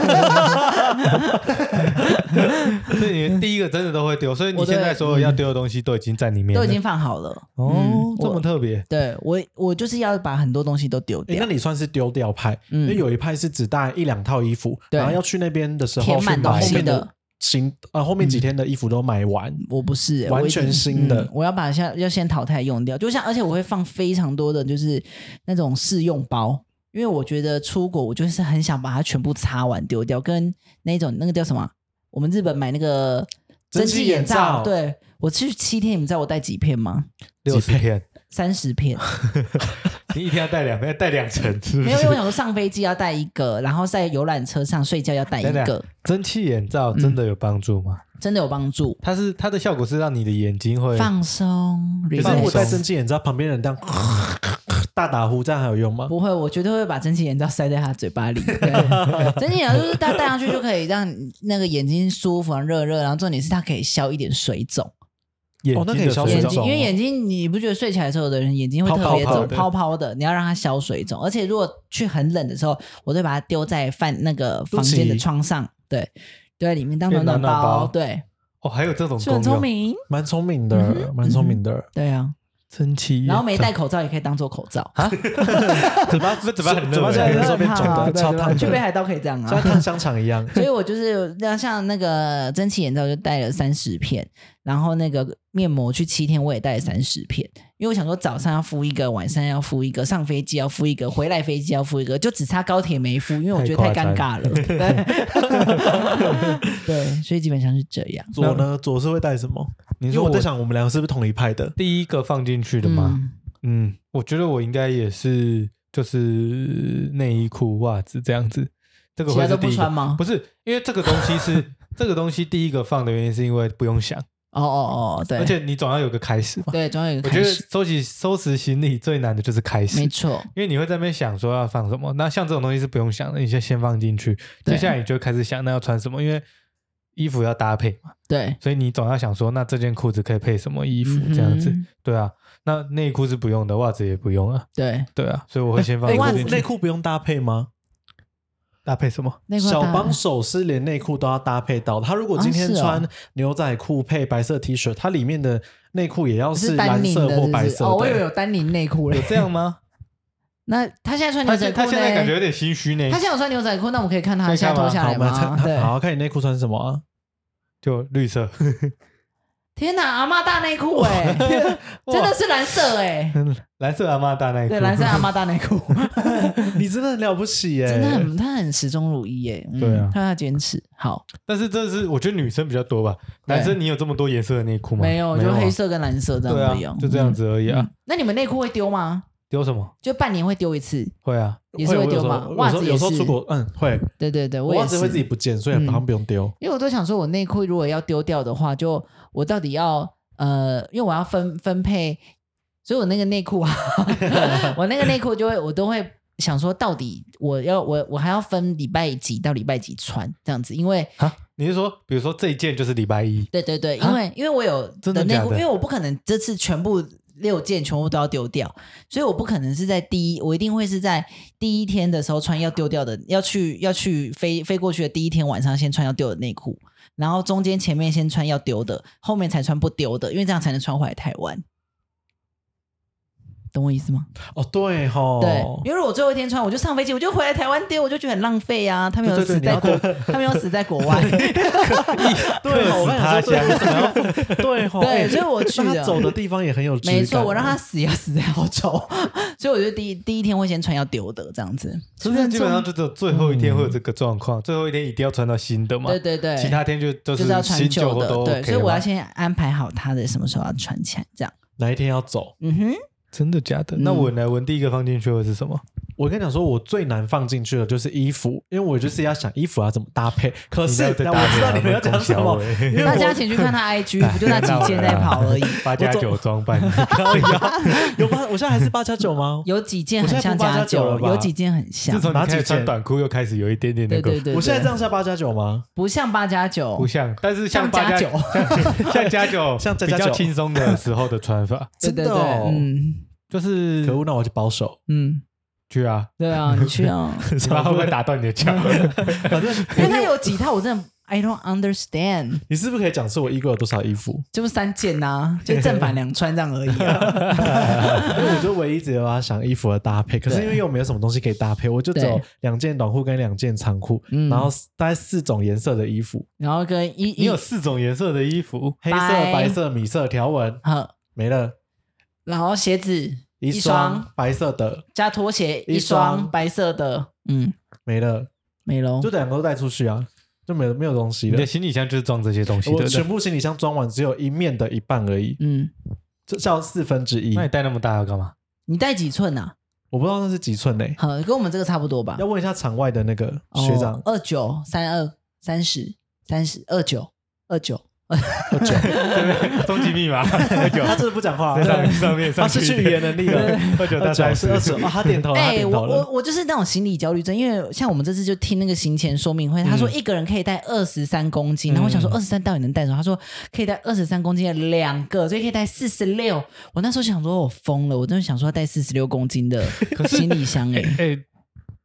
S3: 以你第一个真的都会丢，所以你
S2: 我对
S3: 现在所有要丢的东西都已经在里面了，
S2: 都已经放好了。
S3: 哦
S2: 嗯，
S3: 这么特别。
S2: 对我，我就是要把很多东西都丢
S1: 诶
S2: 掉
S1: 那，你算是丢掉派，因
S2: 嗯
S1: 为有一派是只带一两套衣服，
S2: 对
S1: 然后要去那边的时候
S2: 填满
S1: 去把
S2: 东
S1: 后
S2: 西
S1: 面
S2: 的
S1: 的行啊，后面几天的衣服都买完。
S2: 我不是、欸、
S1: 完
S2: 我一定
S1: 全新的
S2: 嗯我要把现要先淘汰用掉。就像，而且我会放非常多的就是那种试用包，因为我觉得出国我就是很想把它全部擦完丢掉，跟那种那个叫什么，啊我们日本买那个
S1: 蒸汽眼罩
S2: 对我去七天，你们知道我带几片吗？
S3: 六十片，
S2: 三十片，
S1: (laughs)
S3: (laughs) 你一天要带两片，带两层，是不
S2: 没有，因为我
S3: 是？
S2: 想说上飞机要带一个，然后在游览车上睡觉要带一
S3: 等
S2: 个
S3: 等，蒸汽眼罩真的有帮助吗？
S2: 真的有帮助，
S3: 它是它的效果是让你的眼睛会
S2: 放松。
S1: 可
S2: relax
S1: 是我戴蒸汽眼罩，旁边人这样 (laughs) 大打呼，这样还有用吗？
S2: (laughs) 不会，我绝对会把蒸汽眼罩塞在他嘴巴
S1: (laughs)
S2: 里。对蒸汽眼罩就是戴戴上去就可以让那个眼睛舒服、热热，然后重点是它可以消一点水肿。
S3: 眼
S1: 哦那可
S3: 睛
S1: 以
S3: 的
S1: 消水
S3: 水
S2: 眼
S1: 肿
S2: 睛，
S1: 哦
S2: 因为眼睛你不觉得睡起来的时候，有的人眼睛会特别
S1: 泡泡
S2: 肿、
S1: 的
S2: 泡泡的，你要让它消水肿。而且如果去很冷的时候，我就把它丢在饭那个房间的窗上，对，丢在里面当暖
S3: 变暖暖
S2: 包，
S3: 包
S2: 对，
S3: 哦，还有这种
S2: 就很聪
S3: 功用，
S2: 明，
S1: 蛮聪明
S2: 嗯
S1: 的，蛮聪明的。
S2: 对啊。
S3: 蒸汽眼罩，
S2: 然后没戴口罩也可以当做口罩，
S3: (laughs) 嘴巴，嘴巴很
S1: 嘴
S3: 热，欸
S1: 巴现在
S2: 对
S1: 啊 (laughs) 那时候变
S2: 很
S1: 肿
S2: 烫啊
S1: 的，
S2: 对
S1: 超
S2: 对
S1: 烫
S2: 去北
S1: 的，
S2: 海道可以这样啊，
S1: 像烫香肠一样。
S2: (laughs) 所以我就是那像那个蒸汽眼罩就戴了三十片，然后那个面膜去七天我也戴了三十片，因为我想说早上要敷一个，晚上要敷一个，上飞机要敷一个，回来飞机要敷一个，就只差高铁没敷，因为我觉得太
S3: 太
S2: 尴
S3: 夸
S2: 尬
S3: 张 (laughs)
S2: 了。对，对，所以基本上是这样。
S1: 左呢？左是会带什么？
S3: 你
S1: 因为
S3: 说
S1: 我在
S3: 我
S1: 想，我们两个是不是同一派的？
S3: 第一个放进去的吗？
S2: 嗯，
S3: 嗯，我觉得我应该也是，就是内衣裤、袜子这样子。这个
S2: 其他
S3: 会
S2: 都
S3: 是
S2: 不
S3: 第一
S2: 穿
S3: 个，
S1: 嗯
S2: 吗？
S3: 不是因为这个东西
S2: (laughs)
S3: 是这个东西第一个放的原因，是因为不用想，
S2: 哦哦哦，对，
S3: 而且你总要有个开始嘛。
S2: 对，总有一个
S3: 我觉
S2: 开
S3: 得
S2: 始，
S3: 收集收拾行李最难的就是开始，
S2: 没
S3: 因
S2: 错，
S3: 为你会在那边想说要放什么。那像这种东西是不用想的，你先先放进去，
S2: 对
S3: 接下来你就会开始想那要穿什么，因为衣服要搭配嘛，
S2: 对，
S3: 所以你总要想说那这件裤子可以配什么衣服
S2: 嗯哼
S3: 这样子。对啊，那内裤是不用的，袜子也不用啊。
S2: 对，
S3: 对啊，所以我会先放
S1: 内
S3: 进
S2: 袜
S1: 裤
S2: 子
S3: 去
S1: 内裤不用搭配吗？
S3: 搭配什么？
S2: 那块
S1: 小
S2: 大
S1: 帮手是连内裤都要搭配到的。他如果今
S2: 啊
S1: 天
S2: 是哦
S1: 穿牛仔裤配白色 T 恤，他里面的内裤也要
S2: 是单
S1: 蓝
S2: 领
S1: 色
S2: 的，
S1: 或
S2: 是不
S1: 白
S2: 是
S1: 色
S2: 哦，我以为
S1: 的。
S2: 有单领内裤嘞
S3: 有。这
S2: (laughs)
S3: 样吗？
S2: 那他现在穿牛
S3: 他
S2: 仔
S3: 现
S2: 裤
S3: 他现在
S2: 呢
S3: 感觉有点心虚呢
S2: 他，现在有穿牛仔裤，那我们可以看他
S3: 可以
S2: 现在
S3: 看吗
S2: 脱下
S1: 好，
S2: 来
S1: 我们来
S2: 吗？
S1: 看，
S2: 对，
S1: 好看你内裤穿什么啊？
S3: 就绿色， (laughs)
S2: 天哪，阿妈大内裤哎，真的是蓝色哎，
S3: 蓝色阿妈大内裤，
S2: 对，蓝色阿妈大内裤，
S1: 你真的很了不起耶！
S2: 真的很，他很始终如一哎，嗯
S3: 对啊
S2: 他要坚持，好，
S3: (laughs) 但是这是我觉得女生比较多吧，
S2: 对
S3: 男生你有这么多颜色的内裤吗？
S2: 没有，
S3: 没
S2: 就
S3: 有啊
S2: 黑色跟蓝色这
S3: 对
S2: 样
S3: 啊
S2: 不一样，，
S3: 就这样子而已啊
S2: 嗯。。那你们内裤会丢吗？
S3: 丢什么？
S2: 就半年会丢一次，
S3: 会啊，
S2: 也是
S1: 我
S2: 会
S1: 有
S2: 丢
S1: 时候
S2: 吗？
S1: 有
S2: 袜
S1: 时
S2: 子
S1: 候
S2: 也
S1: 有时候
S2: 是
S1: 出，国，嗯，会，
S2: 对对对，
S1: 我
S2: 也
S1: 袜子
S2: 是
S1: 会自己不见，所以
S2: 嗯
S1: 好像不用丢。
S2: 因为我都想说，我内裤如果要丢掉的话，就我到底要呃，因为我要分分配，所以我那个内裤啊， (laughs) 我那个内裤就会我都会想说，到底我要我我还要分礼拜几到礼拜几穿这样子，因为
S3: 啊，你是说，比如说这一件就是礼拜一，
S2: 对对对，
S3: 啊
S2: 因为因为我有
S3: 真的
S2: 内
S3: 假
S2: 裤，因
S3: 的
S2: 为我不可能这次全部六件全部都要丢掉，所以我不可能是在第一，我一定会是在第一天的时候穿要丢掉的，要去要去飞飞过去的第一天晚上先穿要丢的内裤，然后中间前面先穿要丢的，后面才穿不丢的，因为这样才能穿回来台湾，懂我意思吗？
S1: 哦，对吼，
S2: 对，
S3: 哦
S2: 因为如果我最后一天穿，我就上飞机，我就回来台湾丢，我就觉得很浪费呀、啊。他们有死在国，他们有死在国外， (laughs)
S1: 对吼，我
S3: 客死
S1: 刚想
S3: 他
S1: 说对为什么要放 (laughs) 对
S3: 乡
S1: 吼，
S2: 对，
S1: 哎
S2: 所以我去
S1: 那
S2: 的
S1: 他走的地方也很有质感，啊
S2: 没错，我让他死也要死在澳洲， (laughs) 所以我觉得第一第一天会先穿要丢的这样子。
S3: 是不是基本上就只有最后一天会有这个状况？最后一天一定要穿到新的嘛？
S2: 对对对，
S3: 其他天就都
S2: 就是是要穿
S3: 新旧
S2: 旧的，
S3: 都 OK
S2: 对，所以我要
S3: 嘛
S2: 先安排好他的什么时候要穿起来，这样。
S1: 哪一天要走。
S2: 嗯哼，
S3: 真的假的？那我来闻第一个放进去会是什么？
S1: 我跟你讲说，我最难放进去的就是衣服，因为我就是要想衣服要怎么搭配。 (laughs) 可是
S3: 你
S1: 我
S3: 不要再搭配
S1: 知道
S3: 了
S1: 你们要讲什么
S3: 我
S1: (laughs)
S3: 们，
S1: 因为
S2: 大家
S1: 我
S2: 请去看他 IG，不就那几件在跑
S3: (laughs)
S2: 而已，
S3: 八加九装扮，
S1: (laughs) 有八，我现在还是八加九 (laughs) 吗？
S2: 有几件很像加
S1: 我现在
S2: 九，
S1: 不八加九了吧
S2: 有几件很像
S3: 自，从你
S1: 哪几
S3: 开始穿
S1: 件
S3: 短裤，又开始有一点点那
S2: 对
S3: 个
S2: 对对，
S1: 我现在
S2: 对
S1: 这样下八加九吗？
S2: 不像八加九
S3: 不，像，但是
S2: 像加
S3: 八加
S2: 九，
S3: (laughs) 像加九，
S1: 像加
S3: 比
S1: 加
S3: 较
S1: 九
S3: 轻松的时候的穿法，
S2: 对
S1: 真
S2: 对
S1: 的
S2: 对，
S1: 哦，
S2: 嗯
S3: 就是
S1: 可恶，那我就保守。
S2: 嗯，
S3: 去啊，
S2: 对啊，你需要，
S3: 你妈会不会打断你的脚？
S1: 反正
S2: 因为他有几套，我真的 I don't understand，
S1: 你是不是可以讲出我衣柜有多少衣服？
S2: 就是三件呐，就正反两穿这样而已
S1: (laughs) (laughs)
S2: 啊。
S1: 因为我就唯一只有要想衣服的搭配，可是
S2: 对
S1: 因为又没有什么东西可以搭配，我就只有
S2: 对
S1: 两件短裤跟两件长裤，
S2: 嗯
S1: 然后大概四种颜色的衣服，
S2: 然后跟一
S3: 你
S2: 一
S3: 有四种颜色的衣服，
S1: 黑色、
S2: 白
S1: 白色、米色、条纹，
S2: 好，
S1: 没了，
S2: 然后鞋子
S1: 一
S2: 双
S1: 双白色的
S2: 加拖鞋
S1: 一
S2: 一双
S1: 双
S2: 白色的，嗯，
S1: 没了，
S2: 美容
S1: 就两个都带出去啊，就没有没有东西
S3: 你
S1: 了
S3: 的。行李箱就是装这些东西
S1: 我
S3: 的。
S1: 全部行李箱装完，只有一面的一半而已，
S2: 嗯，
S1: 就叫四分之一
S3: 那。你带那么大要
S1: (laughs)
S3: 干嘛？
S2: 你带几寸啊？
S1: 我不知道那是几寸呢、
S2: 好，跟我们这个差不多吧
S3: 啊
S2: 哦
S1: 要。问一下场外的那个学
S3: 哦
S1: 长，
S2: 二九三二三十三十二九二九，
S3: 对，终极 (laughs) 密码二九
S1: 他，真的不讲
S3: (laughs)
S1: 话、
S3: 在上面上面
S1: 他
S3: 上
S1: 失去语言能力啊
S3: 对
S1: 了。
S3: 二九
S1: 二
S3: 到
S1: 九
S3: 三
S1: 是
S3: 十，
S1: 二十，哦他点头了，他
S2: 哎，
S1: 点头
S2: 我
S1: 了
S2: 我。我就是那种心理焦虑症，因为像我们这次就听那个行前说明会，他
S3: 嗯
S2: 说一个人可以带二十三公斤，然后我想说二十三到底能带什么？他说可以带二十三公斤的两个，所以可以带四十六。我那时候想说我疯了，我真的想说要带四十六公斤的行李箱哎，
S3: 哎、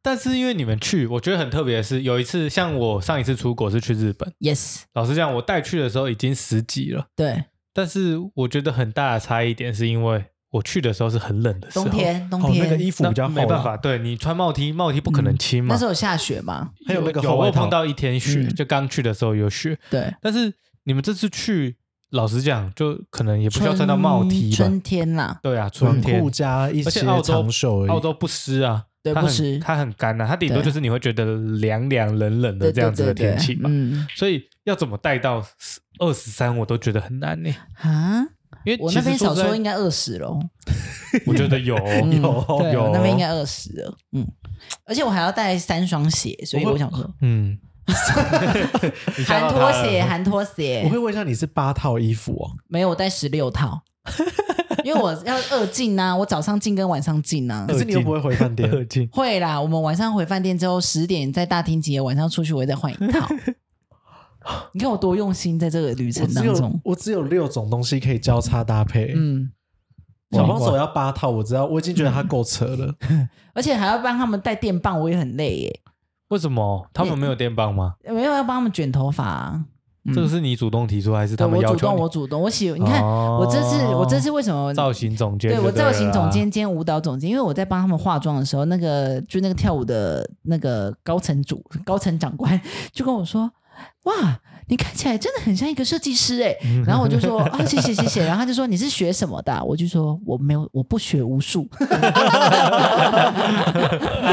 S3: 但是因为你们去，我觉得很特别的是，有一次像我上一次出国是去日本，
S2: yes，
S3: 老实讲，我带去的时候已经十几了，
S2: 对，
S3: 但是我觉得很大的差异点是因为我去的时候是很冷的时候，
S2: 冬天冬
S1: 哦，那个
S2: 天
S1: 衣服比较厚，
S3: 那
S1: 嗯
S3: 没办法，，对你穿帽 T，帽 T 不可能轻嘛。
S2: 那时候有下雪嘛，
S1: 还有那个
S3: 有
S1: 厚外
S3: 我
S1: 套
S3: 碰到一天雪，
S2: 嗯
S3: 就刚去的时候有雪，
S2: 对。
S3: 但是你们这次去，老实讲，就可能也不需要穿到帽 T 吧
S2: 春？天啦，
S3: 对啊，春
S1: 短
S3: 天
S1: 裤加一
S3: 而且
S1: 些
S3: 澳洲
S1: 长袖而已。
S3: 澳洲不湿啊，
S2: 对
S3: 它很
S2: 不湿
S3: 它很干啊，它顶多
S2: 对
S3: 就是你会觉得凉凉冷冷的
S2: 对
S3: 这样子的
S2: 对对
S3: 天气嘛。
S2: 嗯
S3: 所以要怎么带到二十三，我都觉得很难呢、
S2: 啊，
S3: 因为
S2: 我
S3: 其
S2: 那
S3: 实
S2: 边少
S3: 实在
S2: 说应该二十喽，
S3: (laughs) 我觉得有
S2: 嗯对
S3: 有哦
S2: 我那边应该二十了，嗯，而且我还要带三双鞋，所以
S1: 我会
S2: 我想说，
S3: 嗯，你吓
S2: 韩
S3: 到
S2: 拖
S3: 他了
S2: 鞋，韩拖
S1: 我
S2: 鞋
S1: 会问一下，你是八套衣服哦？
S2: 没有，我带十六套，
S3: (laughs)
S2: 因为我要二进呐，我早上进跟晚上进呐
S1: 可。是你又不会回
S2: (laughs)
S1: 饭店，
S3: 二进
S2: 会啦，我们晚上回饭店之后十点在大厅集合，晚上出去我会再换一
S3: (laughs)
S2: 套。你看我多用心在这个旅
S1: 我
S2: 程
S1: 只
S2: 当中
S1: 有，我只有六种东西可以交叉搭配。
S2: 嗯，
S1: 小帮手要八套，我知道，我已经觉得他够扯了。
S2: 而且还要帮他们带电棒，我也很累耶。
S3: 为什么他们没有电棒吗？
S2: 没有要帮他们卷头发、啊。
S3: 这个是你主动提出还是他
S2: 对
S3: 们
S2: 我
S3: 要
S2: 主
S3: 求
S2: 动，
S3: 你？
S2: 我主动，我喜你看、
S3: 哦
S2: 我这次我这次为什么
S3: 造型总监
S2: 对
S3: 就对
S2: 我造型
S3: 了
S1: 啊
S2: 总监兼舞蹈总监，因为我在帮他们化妆的时候，那个就那个跳舞的那个高层主高层长官就跟我说：“哇，你看起来真的很像一个设计师哎。”
S1: 嗯
S2: 然后我就
S1: (laughs)
S2: 说：“啊，谢谢谢谢。”然后他就说：“你是学什么的啊、我就说：“我没有，我不学
S1: (laughs)
S2: 无术。”
S3: (laughs) 那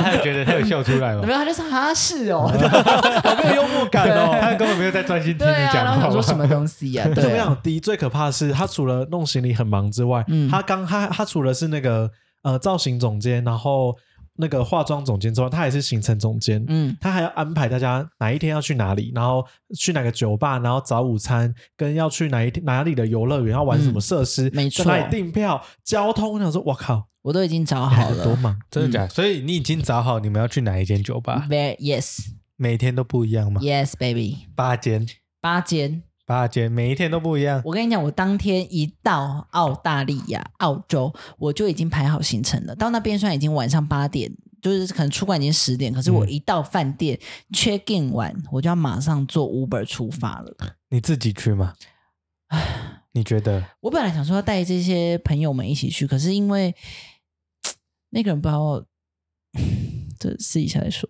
S3: 他觉得他有笑出来吗？
S2: 然后他就说：“啊，是哦。
S1: (laughs)
S3: 好没有幽默感
S2: 哦
S3: 他根本没有在专心”听
S2: 对
S3: 你
S2: 啊，
S3: 讲
S2: 然后
S3: 话
S2: 想说什
S3: 吧。
S2: 么东西呀、啊？
S1: 怎么
S2: 对啊，
S1: 样？第一最可怕的是，他除了弄行李很忙之外，
S2: 嗯
S1: 他刚他他除了是那个呃造型总监，然后那个化妆总监之外，他也是行程总监。
S2: 嗯，
S1: 他还要安排大家哪一天要去哪里，然后去哪个酒吧，然后找午餐，跟要去哪一天哪里的游乐园，要玩什么设施，
S2: 嗯没错
S1: 去哪里订票、交通。我想说，我靠，
S2: 我都已经找
S1: 你
S2: 好
S1: 还有
S2: 了。
S1: 多忙？
S3: 真的假的？所以你已经找好你们要去哪一间酒吧？
S2: Very yes,
S3: 每天都不一样吗？
S2: yes, baby。
S3: 八间，
S2: 八间，
S3: 八间，每一天都不一样。
S2: 我跟你讲，我当天一到澳大利亚、澳洲，我就已经排好行程了。到那边虽然已经晚上八点，就是可能出关已经十点，可是我一到饭店、check in 完，我就要马上坐 Uber 出发了。
S3: 你自己
S2: (sighs)
S3: 去吗？你觉得？
S2: (laughs)
S3: (laughs)
S2: 我本来想说要带这些朋友们一起去，可是因为那个人不知道，这私底下再
S3: (laughs)
S2: 说，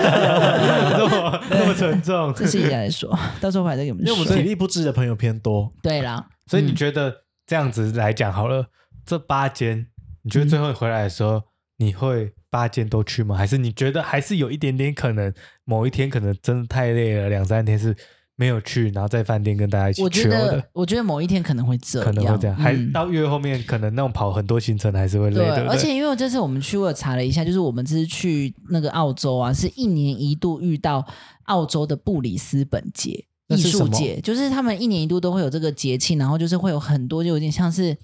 S3: 这么这么沉重，
S2: 这私底下再说，到时候我还再给你
S1: 因
S2: 们
S1: 为我
S2: 说
S1: 们。体力不支的朋友偏多，
S2: 对啦，
S3: 所以你觉得这样子来讲好了，这八间，你觉得
S2: 嗯
S3: 最后回来的时候，你会八间都去吗？还是你觉得还是有一点点可能，某一天可能真的太累了，两三天是没有去，然后在饭店跟大家一起
S2: 我觉
S3: 去
S2: 得
S3: 的，，
S2: 我觉得某一天可能会这样，
S3: 可能会这样。还
S2: 嗯
S3: 到越后面，可能那种跑很多行程还是会累，对不对？
S2: 而且因为这次我们去，我有查了一下，就是我们这次去那个澳洲啊，是一年一度遇到澳洲的布里斯本节
S1: 那
S2: 艺
S1: 是什
S2: 术
S1: 么
S2: 节，就是他们一年一度都会有这个节庆，然后就是会有很多，就有点像是，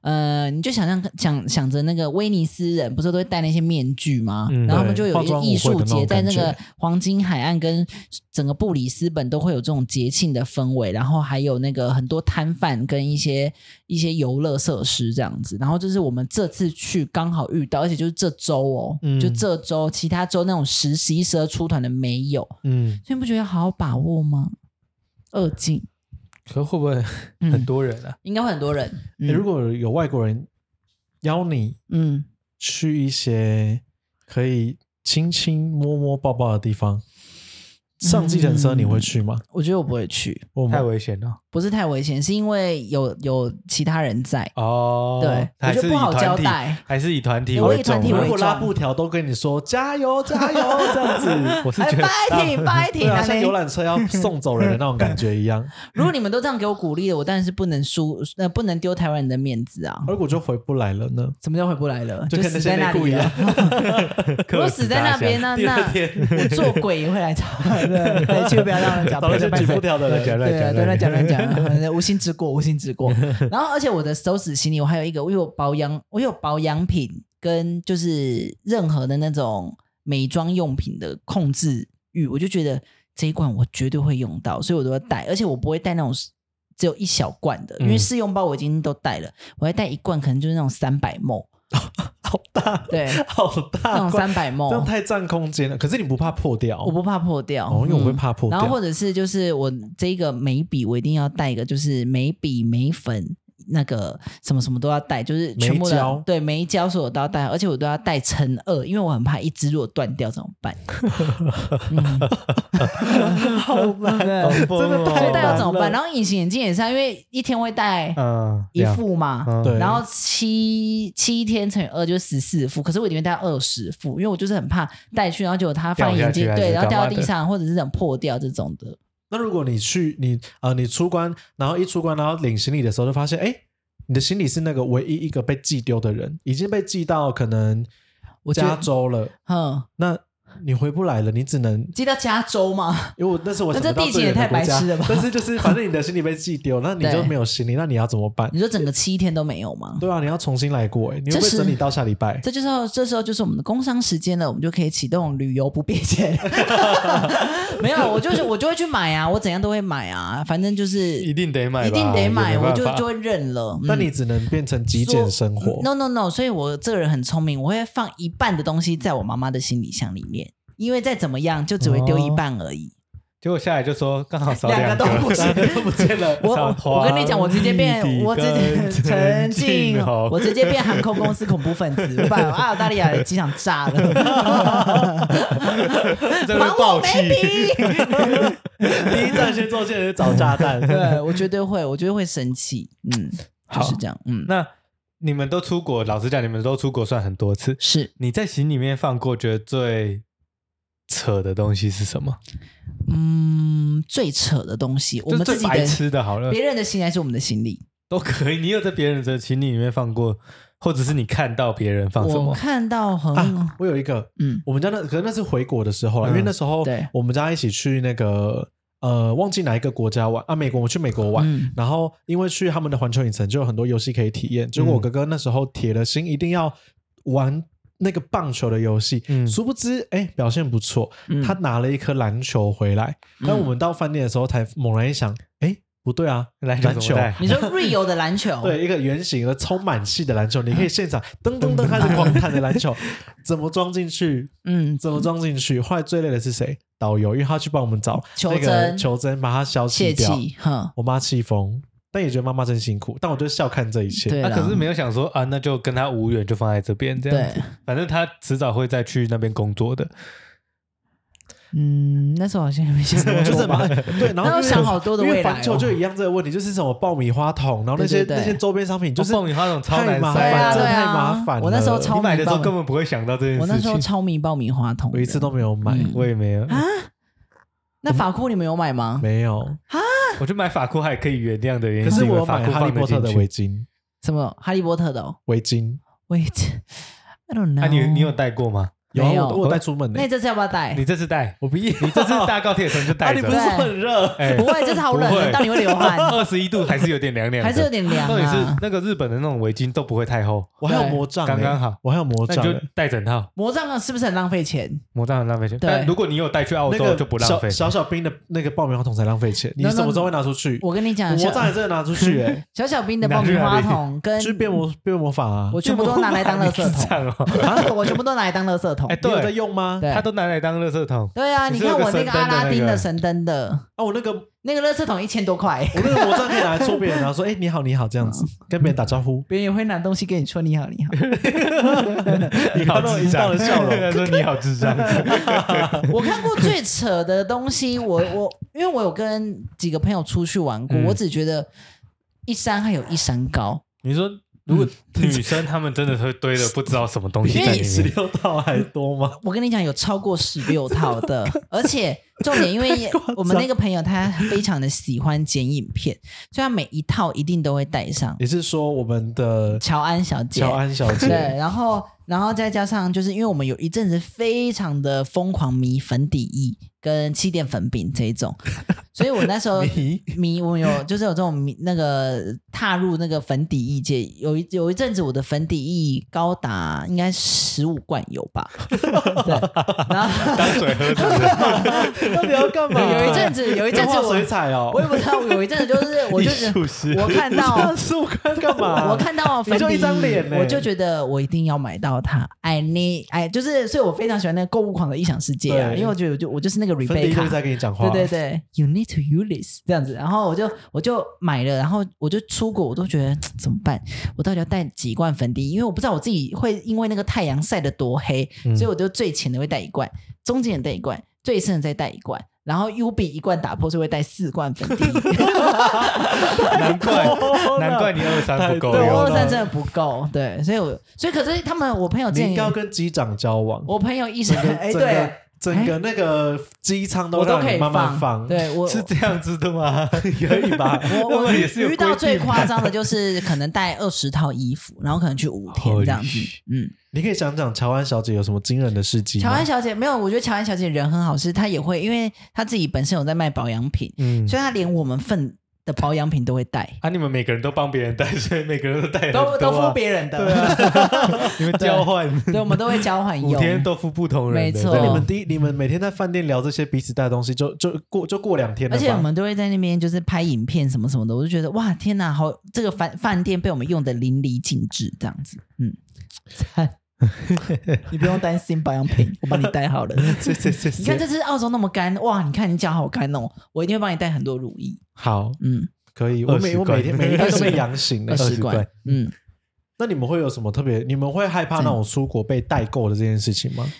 S2: 呃，你就想象想想着那个威尼斯人不是都会戴那些面具吗？
S3: 嗯
S2: 然后他们就
S1: 对
S2: 有
S1: 化
S2: 一个
S1: 妆
S2: 艺
S1: 舞会
S2: 术
S1: 的那
S2: 节，
S1: 种
S2: 在
S1: 感
S2: 那
S1: 觉
S2: 个黄金海岸跟整个布里斯本都会有这种节庆的氛围，然后还有那个很多摊贩跟一些一些游乐设施这样子。然后就是我们这次去刚好遇到，而且就是这周哦，
S3: 嗯
S2: 就这周，其他周那种实习生出团的没有，
S3: 嗯，
S2: 所以你不觉得要好好把握吗？二进
S3: 可会不会
S2: 嗯
S3: 很多人啊？
S2: 应该会很多人，嗯
S1: 诶如果有外国人邀你
S2: 嗯，
S1: 去一些可以亲亲摸摸抱抱的地方，上计程车你会去吗？
S2: 我觉得我不会去，
S1: 我
S3: 太
S1: 们
S3: 危险了
S2: 不是太危险，是因为有有其他人在，
S3: 哦。
S2: 对
S3: 还
S2: 我觉
S3: 是
S2: 得
S3: 以
S2: 不好
S3: 团
S2: 交 (laughs)
S3: 体
S2: 代
S3: 还是以团体
S2: 对我
S3: 为
S2: 以
S3: 重
S2: 团体
S3: 啊。
S1: 如
S2: 为
S1: 果拉
S2: 重
S1: 布条都跟你说加油加油这样子，
S3: 我是
S2: 哎
S3: 觉得
S2: 拜 (laughs)
S1: (laughs)
S2: 挺拜挺
S1: 对啊，
S2: 啊
S1: 像
S2: 嘞
S1: 游览车要送走人的那种感觉一 (laughs) 样，
S2: 如果你们都这样给我鼓励了，我当然是不能输，呃，不能丢台湾人的面子啊！
S1: 而我就回不来了呢。
S2: 什么叫回不来了？
S1: 就
S2: 就
S1: 跟
S2: 死在那里
S1: 那
S2: 了。如果
S3: 客
S2: 死
S3: 死
S2: 在那
S3: 他乡
S2: 边，
S1: (laughs)
S2: 啊那
S1: 第
S2: 那
S1: 二天，
S2: 我做鬼也会来找 (laughs) 我的，对，千万不要让
S1: (laughs)
S2: 人讲，
S1: 找那
S2: 不要
S1: 些
S2: 拜
S1: 举
S2: 托
S1: 布。条的
S3: 乱
S1: 人，
S3: 讲乱
S2: 对啊，
S3: 讲
S2: 对，乱
S3: 乱
S2: 讲乱讲， (laughs) 反正无心之过，无心之过。 (laughs) 然后，而且我的手指行李我还有一个，我有保养，我有保养品跟就是任何的那种美妆用品的控制欲，我就觉得这一罐我绝对会用到，所以我都要带，而且我不会带那种只有一小罐的，因为
S3: 嗯
S2: 试用包我已经都带了，我还带一罐，可能就是那种三百 ml，
S1: (laughs) 好 (laughs) 大，
S2: 对，
S1: 好
S2: 那
S1: 大
S2: 种
S1: 罐，
S2: 三百
S1: 啊这样
S2: ml，
S1: 太占空间了。可是你不怕破掉？
S2: 我不怕破掉，
S1: 哦，因为我会
S2: 嗯
S1: 怕破
S2: 然后或
S1: 掉。
S2: 者是就是我这个眉笔，我一定要带一个，就是眉笔、眉粉。那个什么什么都要带，就是全部
S1: 眉
S2: 的
S1: 胶
S2: 对眉胶，所有都要带，而且我都要带乘二，因为我很怕一支如果断掉怎么
S1: (laughs)
S2: 办？嗯、好难，
S3: 真
S1: 真的太难哦
S2: 断掉
S1: 了
S2: 怎么办？然后隐形眼镜也是啊，因为一天会戴
S3: 嗯，
S2: 一
S3: 两
S2: 副嘛，
S3: 嗯
S1: 对
S2: 然后七七天乘以二就是十四副，可是我里面带二十副，因为我就是很怕带去，然后结果它放
S3: 掉下
S2: 眼
S3: 去
S2: 睛
S3: 还是
S2: 对，然后
S3: 干
S2: 掉
S3: 嘛
S2: 到地
S3: 的
S2: 上或者是很破掉这种的，
S1: 那如果你去你呃你出关，然后一出关，然后领行李的时候，就发现哎，诶你的行李是那个唯一一个被寄丢的人，已经被寄到可能
S2: 我觉得
S1: 加州了，
S2: 嗯，
S1: 那你回不来了，你只能
S2: 寄到加州嘛？
S1: 因为我那是我
S2: 那
S1: 想
S2: 这
S1: 不到
S2: 地
S1: 最
S2: 勤也
S1: 远的
S2: 太
S1: 国
S2: 白
S1: 家
S2: 痴了吧
S1: 但是就是反正你的行李被寄丢，那你
S2: 对嗯
S1: 就没有行李，那你要怎么办
S2: (laughs) 你？说整个七天都没有吗？
S1: 对啊，你要重新来过哎、你会不
S2: 这
S1: 会
S2: 是
S1: 整理到下礼拜？
S2: 这就是这时候就是我们的工商时间了，我们就可以启动旅游不便
S3: (laughs)
S2: 钱。没有，我就是我就会去买啊，我怎样都会买啊，反正就是
S3: 一定得买吧，
S2: 一定得买，
S3: 也没
S2: 我
S3: 办
S2: 就
S3: 法
S2: 就会认了。
S1: 那
S2: 嗯
S1: 你只能变成极简生活
S2: 说。No 嗯 No No，所以我这个人很聪明，我会放一半的东西在我妈妈的行李箱里面，因为再怎么样就只会
S1: 哦
S2: 丢一半而已。
S3: (laughs) 结果下来就说刚好少
S2: 两
S3: 两
S2: 个都不行
S1: 都不见了，
S2: 我
S3: 像
S2: 我我跟你讲，我直接变
S3: 黄，
S2: 我直 (laughs) 接
S3: 帝跟
S2: 陈
S3: 陈
S2: 静
S3: 静，哦
S2: 我直接变航空公司恐怖分子，我把澳大利亚的机场
S1: (laughs)
S2: 炸了，
S3: (laughs) 这
S2: 还
S3: 会
S2: 我
S3: 爆
S2: 眉
S3: 气。
S2: 笔。
S1: 第一站先做，现在找炸弹。
S2: 对，我绝对会，我绝对会生气。嗯，就
S3: 好
S2: 是这样。嗯，
S3: (laughs) 那你们都出国，老实讲，你们都出国算很多次。
S2: 是
S3: 你在行里面放过，觉得最扯的东西是什么？
S2: 嗯，最扯的东西，我
S3: 就
S2: 们
S3: 最
S2: 自己
S3: 白
S2: 的
S3: 痴的，好了，
S2: 别人的行李还是我们的行李。
S3: 都可以。你有在别人的行李里面放过，或者是你看到别人放啊什
S2: 我
S3: 么？
S2: 看到很、
S1: 啊，我有一个，
S2: 嗯
S1: 我们家那可能那是回国的时候了，因为
S3: 嗯
S1: 那时候
S2: 对
S1: 我们家一起去那个呃，忘记哪一个国家玩啊，美国，我去美国玩。
S2: 嗯
S1: 然后因为去他们的环球影城就有很多游戏可以体验，结果我哥哥那时候铁了心一定要玩那个棒球的游戏，
S3: 嗯
S1: 殊不知哎、表现不错，
S2: 嗯
S1: 他拿了一颗篮球回来。
S2: 嗯
S1: 但我们到饭店的时候才猛然一想，哎不对啊，
S3: 篮球怎么带
S2: 你说 Rio 的篮
S1: (laughs)
S2: 球，
S1: 对，一个圆形的充满气的篮球，你可以现场噔噔噔开始狂弹的篮球，怎么装进去？
S2: 嗯，
S1: 怎么装进去？后来最累的是谁？导游，因为他去帮我们找
S2: 求
S1: 那个
S2: 真
S1: 求真，把他消
S2: 泄
S1: 气掉。
S2: 气，哼，
S1: 我妈气疯，但也觉得妈妈真辛苦。但我就笑看这一切。
S2: 对
S3: 他
S2: 啦，
S3: 可是没有想说啊，那就跟他无缘，就放在这边这样
S2: 对
S3: 子。，反正他迟早会再去那边工作的。
S2: 嗯，那时候好像也没想
S1: 我 (laughs) 就是
S2: 过
S1: 很
S3: (laughs)
S1: 麻
S2: 吧。
S1: 烦对，然后
S2: 那要
S1: 因为
S2: 想好多的
S1: 因为
S2: 未来
S1: 环球
S2: 哦
S1: 就一样这个问题，就是什么爆米花桶，然后那
S2: 对
S1: 些
S2: 对对
S1: 那些周边商品，就是
S3: 哦爆米花桶超
S1: 太
S3: 难
S1: 麻
S3: 塞
S1: 烦
S3: 对啊
S1: 真的
S2: 对
S1: 太
S2: 啊
S1: 麻烦了。
S2: 我那时候超
S3: 你买的时
S2: 棒
S3: 候
S2: 的
S3: 根本不会想到这件
S2: 我那
S3: 事
S2: 时候
S3: 情。
S2: 超迷爆米花桶的，
S1: 我一次都没有买，
S2: 嗯
S3: (laughs) 我也没有，
S2: 那法库你们有买吗？
S1: 没有。
S3: 我就买法裤还可以原谅的原因，
S1: 可是
S3: 因为
S1: 我
S3: 法
S1: 买
S3: 裤
S1: 哈利
S3: 放得
S1: 波特的
S3: 进去
S1: 围巾，
S2: 什么哈利波特的哦
S1: 围巾
S2: (laughs) ？Wait，I don't know。
S3: 啊，你你有带过吗？
S1: 有啊
S2: 没有
S1: 我我有带出门呢
S2: 那你。这次要不哎要带
S3: 你？这次带，
S1: 我不要，
S3: 你这次搭高铁的时候你就带
S1: 啊，你不是
S3: 着。
S1: 说很热？
S3: 哎
S2: 不会，这次好冷
S3: 不会
S2: 哦，到底会流汗，
S3: (laughs) 二十一度还是有点凉凉的，
S2: 还是有点凉
S3: 到底是
S2: 啊。
S3: 那个日本的那种围巾都不会太厚，
S1: 我还有魔杖呢，欸
S3: 刚刚好
S1: 我还有魔
S3: 那你
S1: 杖欸
S3: 就
S1: 呢。
S3: 带整套，
S2: 魔杖啊，是不是很浪费钱？
S3: 魔杖很浪费钱。
S2: 对
S3: 但如果你有带去澳
S1: 那
S3: 洲
S1: 个
S3: 就不浪费。
S1: 小小小兵的那个爆米花桶才浪费钱，你
S2: No, no,
S1: 什么时候会拿出去？
S2: 我跟
S1: (laughs)
S2: 你讲，
S1: 魔
S2: 小
S1: 杖也真的拿出
S2: (laughs)
S1: 去哎，
S2: 小小兵的爆米花桶跟
S1: 去变魔变魔法啊！
S2: 嗯我全部都拿来当
S3: (laughs)
S2: 垃圾桶，
S3: 棒哦！
S2: (laughs) 我全部都拿来当垃圾桶
S3: 哎。
S1: 你有
S3: 对
S1: 在用吗？
S2: 对
S3: 他都拿来当垃圾桶，
S2: 对啊，你
S3: 你是那
S2: 看
S3: 个
S2: 我那个阿拉丁的神灯的
S1: 啊，我那个我
S2: 那个垃圾桶一千多块，
S1: 那个魔杖可以拿来戳别人，然后说哎你好你好这样子，
S2: 嗯。
S1: 跟别人打招呼
S2: 别人也会拿东西跟你说你好你好。
S1: 你
S3: 好
S1: 看到
S3: 智
S1: 淫荡
S3: 障
S1: 的笑
S3: (laughs) 他
S1: 容，
S3: 说你好智障，
S2: (laughs) 我看过最扯的东西，我我因为我有跟几个朋友出去玩过，
S3: 嗯
S2: 我只觉得一山还有一山高，
S3: 你说如果女生她们真的会堆了不知道什么东西在里
S1: 十
S3: 面，
S1: 六道还多吗？
S2: 我跟你讲，有超过十
S1: (laughs)
S2: 六套的，而且重点，因为我们那个朋友他非常的喜欢剪影片，所以他每一套一定都会带上。
S1: 你是说我们的
S2: 乔安小姐，
S1: 乔安小
S2: 对，
S1: 姐？哎
S2: 然后然后再加上，就是因为我们有一阵子非常的疯狂迷粉底液跟气垫粉饼这一种，所以我那时候
S1: (laughs) 迷
S2: 迷我有就是有这种迷那个踏入那个粉底液界，有一有一阵子我的粉底液高达应该十五罐有
S1: (laughs)
S2: 吧，对，然后。
S3: 当水喝是不是？
S1: 到底要干嘛？
S2: 有一阵子，有一阵子
S1: 画
S2: 我
S1: 水彩哦
S2: 我，也不知道，有一阵子就是，
S1: (laughs)
S2: 我就是
S3: 艺术师
S2: 我看到
S1: 是我看干嘛？
S2: 我看到粉底
S1: 你就一张脸欸
S2: 我就觉得我一定要买到它。哎，你哎，就是，所以我非常喜欢那个购物狂的异想世界啊，
S1: 对
S2: 因为我觉得我就我就是那个
S1: 粉底
S2: Rebecca，
S1: 就是在跟你讲话，
S2: 对对对，You need to use this 这样子，然后我就我就买了，然后我就出国，我都觉得嘖怎么办？我到底要带几罐粉底液？因为我不知道我自己会因为那个太阳晒得多黑，
S1: 嗯
S2: 所以我就最浅的会带一罐，中间的带一罐，最深的再带一罐。然后 U B 一罐打破就会带四罐粉底液，
S3: (laughs) 难 (laughs) 怪
S2: (laughs)
S3: 难怪你二三不够
S1: 太
S2: 对，
S1: 多了
S2: 我二
S3: 用，
S2: 三真的不够，对，所以我所以可是他们我朋友
S1: 你
S2: 建
S1: 应
S2: 议
S1: 该，要跟机长交往。
S2: 我朋友医生
S1: 整个
S2: (laughs) 哎
S1: 整个
S2: 对，
S1: 整个那个机舱
S2: 我都
S1: 让
S2: 可
S1: 你
S2: 以
S1: 慢慢放，
S2: 对
S1: (laughs)
S2: 我
S3: 是这样子的 (laughs) 吗？
S1: 可以吧？
S2: 我
S3: 那
S2: 我
S3: 么也是有
S2: 遇到
S3: 规
S2: 最
S3: 定
S2: 夸张的就是可能带二十套衣服，然后可能去五天
S3: Holy
S2: 这样子。嗯，
S1: 你可以讲讲乔安小姐有什么惊人的事迹
S2: 乔
S1: 吗？
S2: 安小姐没有，我觉得乔安小姐人很好，是她也会，因为她自己本身有在卖保养品，
S3: 嗯，
S2: 所以她连我们份的保养品都会带，
S3: 啊，你们每个人都帮别人带，所以每个人都带很多
S2: 都
S3: 啊
S2: 都付别人的，对,、 (laughs)
S3: 你们交换
S2: 我们都会交换
S3: 五
S2: 用。
S3: 天都付不同人的，
S2: 没错
S1: 那你们第一，你们每天在饭店聊这些彼此带的东西，就就过就过两天了
S2: 而
S1: 吧？
S2: 且我们都会在那边就是拍影片什么什么的，我就觉得哇天哪，好这个饭饭店被我们用的淋漓尽致这样子，嗯，赞你不用担心保养品，我帮你带好了。
S3: 这这这
S2: 你看这次澳洲那么干，哇！你看你脚好干哦，我一定会帮你带很多乳液，
S1: 好，
S2: 嗯，
S1: 可以。我
S3: 二
S1: 每
S3: 十
S1: 我每天
S3: 罐
S1: 每一天都被养醒欸
S2: 二
S1: 的。
S2: 十
S3: 20
S2: 罐
S3: 罐，
S2: 嗯，
S1: 那你们会有什么特别？你们会害怕那种出国被代购的这件事情吗？
S2: 嗯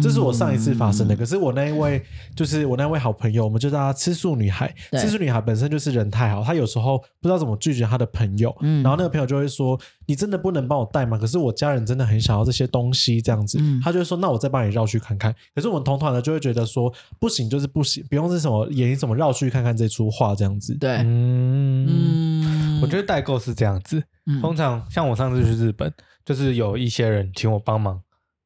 S1: 这是我上一次发生的，可是我那一位就是我那位好朋友，我们就叫她吃素女孩。
S2: 对
S1: 吃素女孩本身就是人太好，她有时候不知道怎么拒绝她的朋友，
S2: 嗯
S1: 然后那个朋友就会说：“你真的不能帮我带吗？”可是我家人真的很想要这些东西，这样子，
S2: 嗯
S1: 她就会说：“那我再帮你绕去看看。”可是我们同团的就会觉得说：“不行，就是不行，不用是什么演什么绕去看看这出话这样子。”
S2: 对，
S3: 嗯，
S2: 嗯
S3: 我觉得代购是这样子，通常像我上次去日本，就是有一些人请我帮忙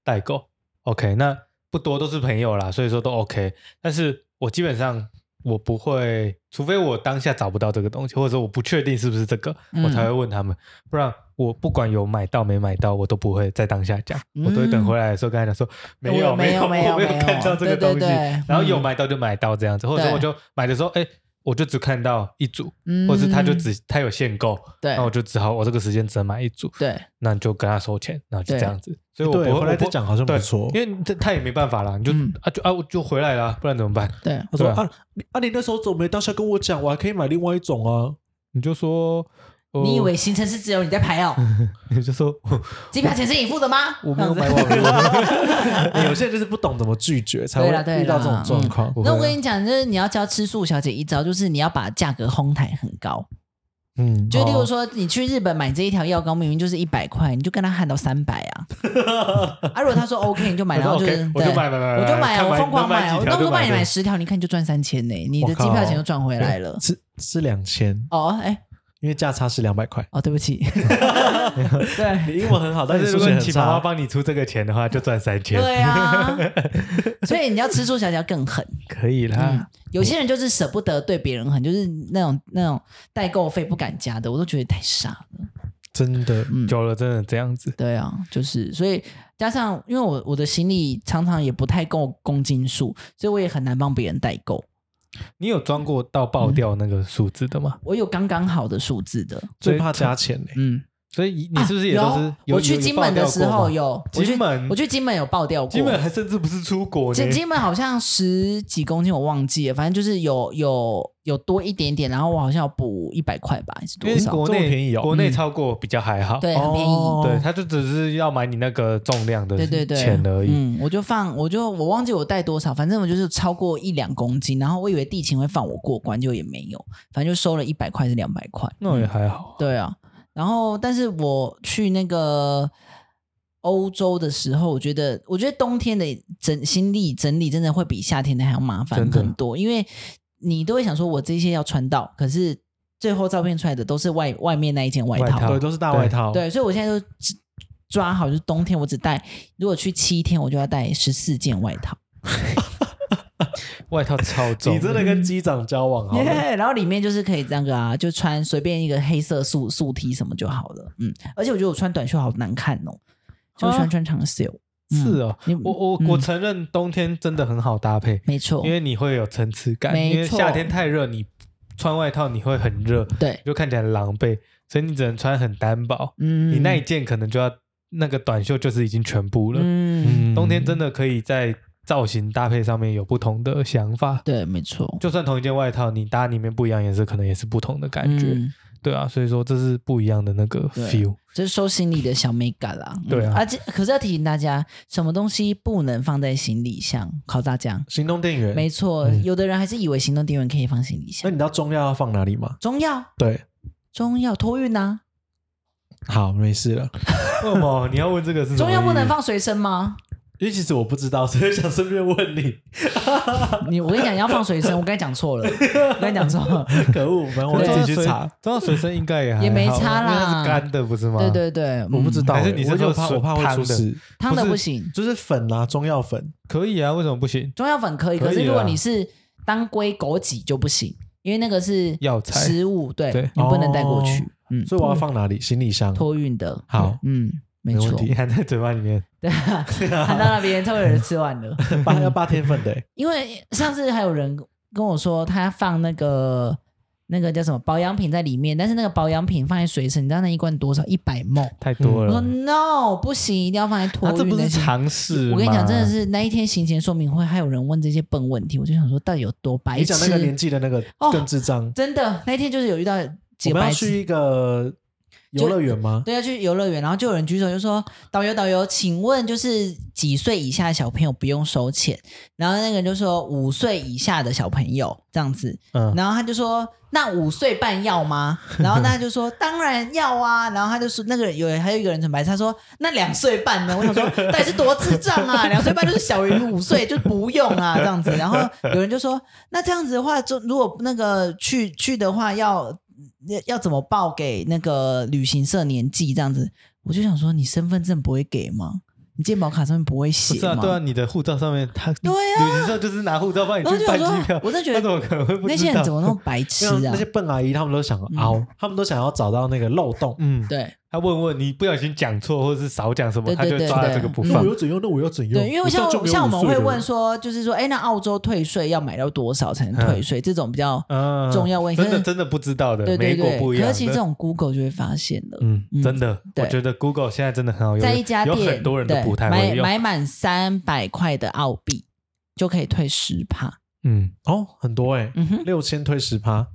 S3: 代购，OK，那不多都是朋友啦，所以说都 OK。但是我基本上我不会，除非我当下找不到这个东西，或者说我不确定是不是这个，
S2: 嗯
S3: 我才会问他们。不然我不管有买到没买到，我都不会在当下讲，我都会等回来的时候跟他讲说没有
S2: 嗯哎我没有
S3: 有
S2: 没有
S3: 我没
S2: 没有
S3: 看到这
S2: 对
S3: 个东
S2: 对
S3: 西，
S2: 对
S3: 然后有
S2: 嗯
S3: 买到就买到这样子，或者说
S2: 对
S3: 我就买的时候，哎，我就只看到一组，
S2: 嗯
S3: 或是他就只他有限购，
S2: 对
S3: 那我就只好我这个时间只能买一组，
S2: 嗯对，
S3: 那你就跟他收钱，然后就
S2: 对
S3: 这样子。所以我
S1: 对
S3: 不会
S1: 回来
S3: 我不
S1: 再讲好像不
S3: 对
S1: 错
S3: 因为他他也没办法啦，你就、
S2: 嗯
S3: 啊就啊我就回来啦，不然怎么办？
S2: 对，
S1: 他说
S3: 对啊
S2: (laughs)
S1: 啊，你啊，你那时候怎么没当下跟我讲？我还可以买另外一种啊。
S3: 你就说，呃
S2: 你以为行程是只有你在排哦？
S3: 你就说我
S2: 机票钱是你付的吗？
S3: 我没有
S2: 这样
S3: 买
S2: 子
S3: 网络，
S1: 啊有些人就是不懂怎么拒绝，才
S2: 对啦对
S1: 会
S2: 啦嗯
S1: 遇到这种状
S3: 啊
S1: 况。
S2: 那我跟你讲，就是你要教吃素小姐一招，就是你要把价格哄抬很高。
S1: 嗯，
S3: 哦
S2: 就例如说，你去日本买这一条药膏，明明就是一百块，你就跟他喊到三百啊。啊，如果他说 OK，你就买，然后就是
S3: (laughs) 我就
S2: 对
S3: 买买买，
S2: 我就买啊，
S3: 看
S2: 我疯狂
S3: 能
S2: 买啊！
S3: 几
S2: 我
S3: 条
S2: 那
S3: 就
S2: 我帮你
S3: 买
S2: 买
S3: 的
S2: 十条，你看你就赚三千呢，你
S1: 我
S2: 的
S1: 靠
S2: 机票钱就赚回来
S3: (laughs)
S2: 了。
S1: 是是两千
S2: 哦，哎，
S1: 因为价差是两百块。
S2: 哦，对不
S3: (laughs)
S2: 起，对
S1: 你英文很好，但
S3: 但
S1: 你
S3: 是
S1: 数
S3: 如果
S1: 学
S3: 你
S1: 很
S3: 请妈妈
S1: 差。
S3: 帮你出这个钱的话，就赚三千，
S2: 对
S3: (laughs)
S2: 啊，所以你要吃素小姐要更狠。
S3: 可以
S2: 嗯
S3: 啦。，
S2: 有些人就是舍不得对别人狠，就是那种那种代购费不敢加的，我都觉得太傻了。
S1: 真的，
S2: 嗯
S3: 久了真的这样子，
S2: 对啊，就是所以加上，因为我我的行李常常也不太够公斤数，所以我也很难帮别人代购。
S3: 你有装过到爆
S2: 嗯
S3: 掉那个数字的吗？
S2: 我有刚刚好的数字的，
S1: 最怕加钱欸呢。
S2: 嗯，
S3: 所以你是不是也都是
S2: 啊？有？我去金门的时候
S3: 有
S2: 有，
S3: 金
S2: 我去
S3: 门
S2: 我去金门有爆掉过。
S3: 金门还甚至不是出国呢
S2: 金，金门好像十几公斤，我忘记了，反正就是有有有多一点点，然后我好像要补一百块吧，还是
S3: 因
S2: 多
S3: 为
S2: 少？
S3: 国
S1: 这么
S3: 内
S1: 便宜哦
S3: 国内
S2: 嗯
S3: 超过比较还好，
S2: 对，很便宜。
S1: 哦
S3: 对，他就只是要买你那个重量的
S2: 对对对，
S3: 钱而已。
S2: 嗯，我就放，我就我忘记我带多少，反正我就是超过一两公斤，然后我以为地勤会放我过关，就也没有，反正就收了一百块是两百块。
S3: 那也还好，
S2: 对啊，然后但是我去那个欧洲的时候，我觉得我觉得冬天的整行李整理真的会比夏天的还要麻烦
S3: 真的
S2: 很多，因为你都会想说我这些要穿到，可是最后照片出来的都是外外面那一件外
S3: 外
S2: 套，
S3: 套
S1: 对，都是大外套。
S2: 对，所以我现在就只抓好，就是冬天我只带，如果去七天，我就要带十四件外套，
S3: 外套超
S1: (laughs)
S3: 重，
S1: 你真的跟机长交往好了。
S2: 然后里面就是可以这样个啊，就穿随便一个黑色素素 T 什么就好了，嗯，而且我觉得我穿短袖好难看哦，就我喜欢穿长袖，
S3: 啊是哦
S2: 你。
S3: (laughs) 我我
S2: 嗯
S3: 我承认冬天真的很好搭配，
S2: 没错
S3: 因，为你会有层次感。
S2: 哦没
S3: 因为
S2: 错
S3: 夏天太热，你穿外套你会很热，
S2: 对，
S3: 就看起来很狼狈，所以你只能穿很单薄。
S2: 嗯，
S3: 你那一件可能就要那个短袖就是已经全部了。
S2: 嗯，
S1: 嗯
S3: 冬天真的可以在造型搭配上面有不同的想法。
S2: 对，没错，
S3: 就算同一件外套，你搭里面不一样颜色，可能也是不同的感觉，
S2: 嗯
S3: 对啊，所以说这是不一样的那个
S2: 对
S3: feel。
S2: 这是收行李的小美感啦，嗯
S3: 对啊
S2: 而且可是要提醒大家，什么东西不能放在行李箱？考大家，
S1: 行动电源，
S2: 没错，有的人还是以为行动电源可以放行李
S1: 嗯那
S2: 箱
S1: 你。知道中药要放哪里吗？
S2: 中药，
S1: 对，
S2: 中药托运啊呐、
S1: 好，没事了。
S3: 为什么你要问这个是什么
S2: 中药不
S3: 意
S2: 能
S3: 义
S2: 放随
S1: (laughs)
S2: 身吗？
S1: 因为其实我不知道，所以想顺便问
S2: (laughs)
S1: 你。
S2: 你我跟你讲，你要放随身，我刚才讲错
S1: (laughs)
S2: 了，我刚才讲错了。
S1: 可恶，反正我自己去查。
S3: 中药水生应该也还好
S2: 也没差啦
S3: 因为它是干的不是吗？
S2: 对对对，嗯
S1: 我不知道、欸，
S3: 还是你是
S1: 我就
S3: 说
S1: 怕
S3: 水
S1: 我怕会出事，
S2: 汤的
S3: 不是
S2: 不行，
S1: 就是粉啊，中药粉，
S3: 可以啊，为什么不行？
S2: 中药粉可以，
S1: 啊
S3: 可以
S2: 可
S3: 啦
S2: 是如果你是当归枸杞就不行，因为那个是
S3: 药材
S2: 食物，对
S3: 对
S2: 你不能带过去
S1: 哦，
S2: 嗯，
S1: 所以我要放哪里？行李箱。
S2: 托运的，
S1: 好，
S2: 嗯，没
S1: 没问
S2: 错，
S1: 题
S2: (laughs)
S3: 你含在嘴巴里面，
S2: 对啊，喊到那边，差不多有人吃完了。
S1: 八要八天份的、欸，
S2: 因为上次还有人跟我说，他放那个那个叫什么保养品在里面，但是那个保养品放在水层，你知道那一罐多少？一百梦。
S3: 太多
S2: 我说
S3: 了。
S1: 嗯
S2: no，不行，一定要放在托
S3: 啊，
S2: 运、
S3: 这不是尝试吗？
S2: 我跟你讲，真的是那一天行前说明会，还有人问这些笨问题，我就想说到底有多白
S1: 你讲那个年
S2: 痴？
S1: 纪的那个
S2: 哦
S1: 更智障。
S2: 真的，那一天就是有遇到几
S1: 我们
S2: 个白
S1: 要
S2: 痴。
S1: 去一个游乐园吗？
S2: 对，要去游乐园，然后就有人举手就说：“导游，导游，请问就是几岁以下的小朋友不用收钱？”然后那个人就说：“五岁以下的小朋友这样子。”
S3: 嗯，
S2: 然后他就说：“那五岁半要吗？”然后他就说：“当然要啊。”然后他就说：“那个人有人还有一个人很白痴，他说：‘那两岁半呢？’我想说，到底是多智障啊！两岁半就是小于五岁，就不用啊这样子。”然后有人就说：“那这样子的话，就如果那个去去的话要，要要怎么报给那个旅行社年纪这样子？”我就想说，你身份证不会给吗？你健保卡上面不会
S3: 不
S2: 写
S3: 是
S2: 吗？
S3: 啊，对啊，你的护照上面他
S2: 对啊
S3: 旅行社就是拿护照帮你
S2: 然后
S3: 去
S2: 就
S3: 办
S2: 想说
S3: 机票，，
S2: 我真的觉
S3: 他怎么
S2: 得
S3: 可能会不知道？
S2: 那些人怎么那么
S3: (laughs)
S2: 白痴
S1: 那
S2: 啊嗯
S1: 那些？笨阿姨，他们都想熬，他们都想要找到那个漏洞。
S3: 嗯，
S2: 对
S3: 他问问你不小心讲错或者是少讲什么，
S2: 对
S3: 他就
S2: 对对
S3: 抓了
S2: 对
S3: 这个不
S2: 嗯
S1: 那
S3: 放
S1: 我。要怎样？那我要怎样？
S2: 对，因为像
S1: 这样就没有
S2: 像我们
S1: 五岁
S2: 会
S1: 了
S2: 问说，就是说，哎，那澳洲退税要买到多少才能退税？这种比较
S3: 嗯，
S2: 重要问题，
S3: 真的
S2: 可是
S3: 真的不知道的，
S2: 对对
S3: 美国
S2: 对。
S3: 不一样
S2: 可
S3: 的。
S2: 是其实这种 Google 就会发现了，
S3: 嗯
S2: 嗯，
S3: 真的，我
S2: 对
S3: 觉得 Google 现在真的很好用，
S2: 在一家
S3: 有
S2: 店
S3: 很多人都
S2: 对
S3: 不太
S2: 买
S3: 会用。
S2: 买满三百块的澳币就可以退十趴。
S3: 嗯，
S1: 哦，很多哎、欸，
S2: 嗯哼，
S1: 六千推十趴，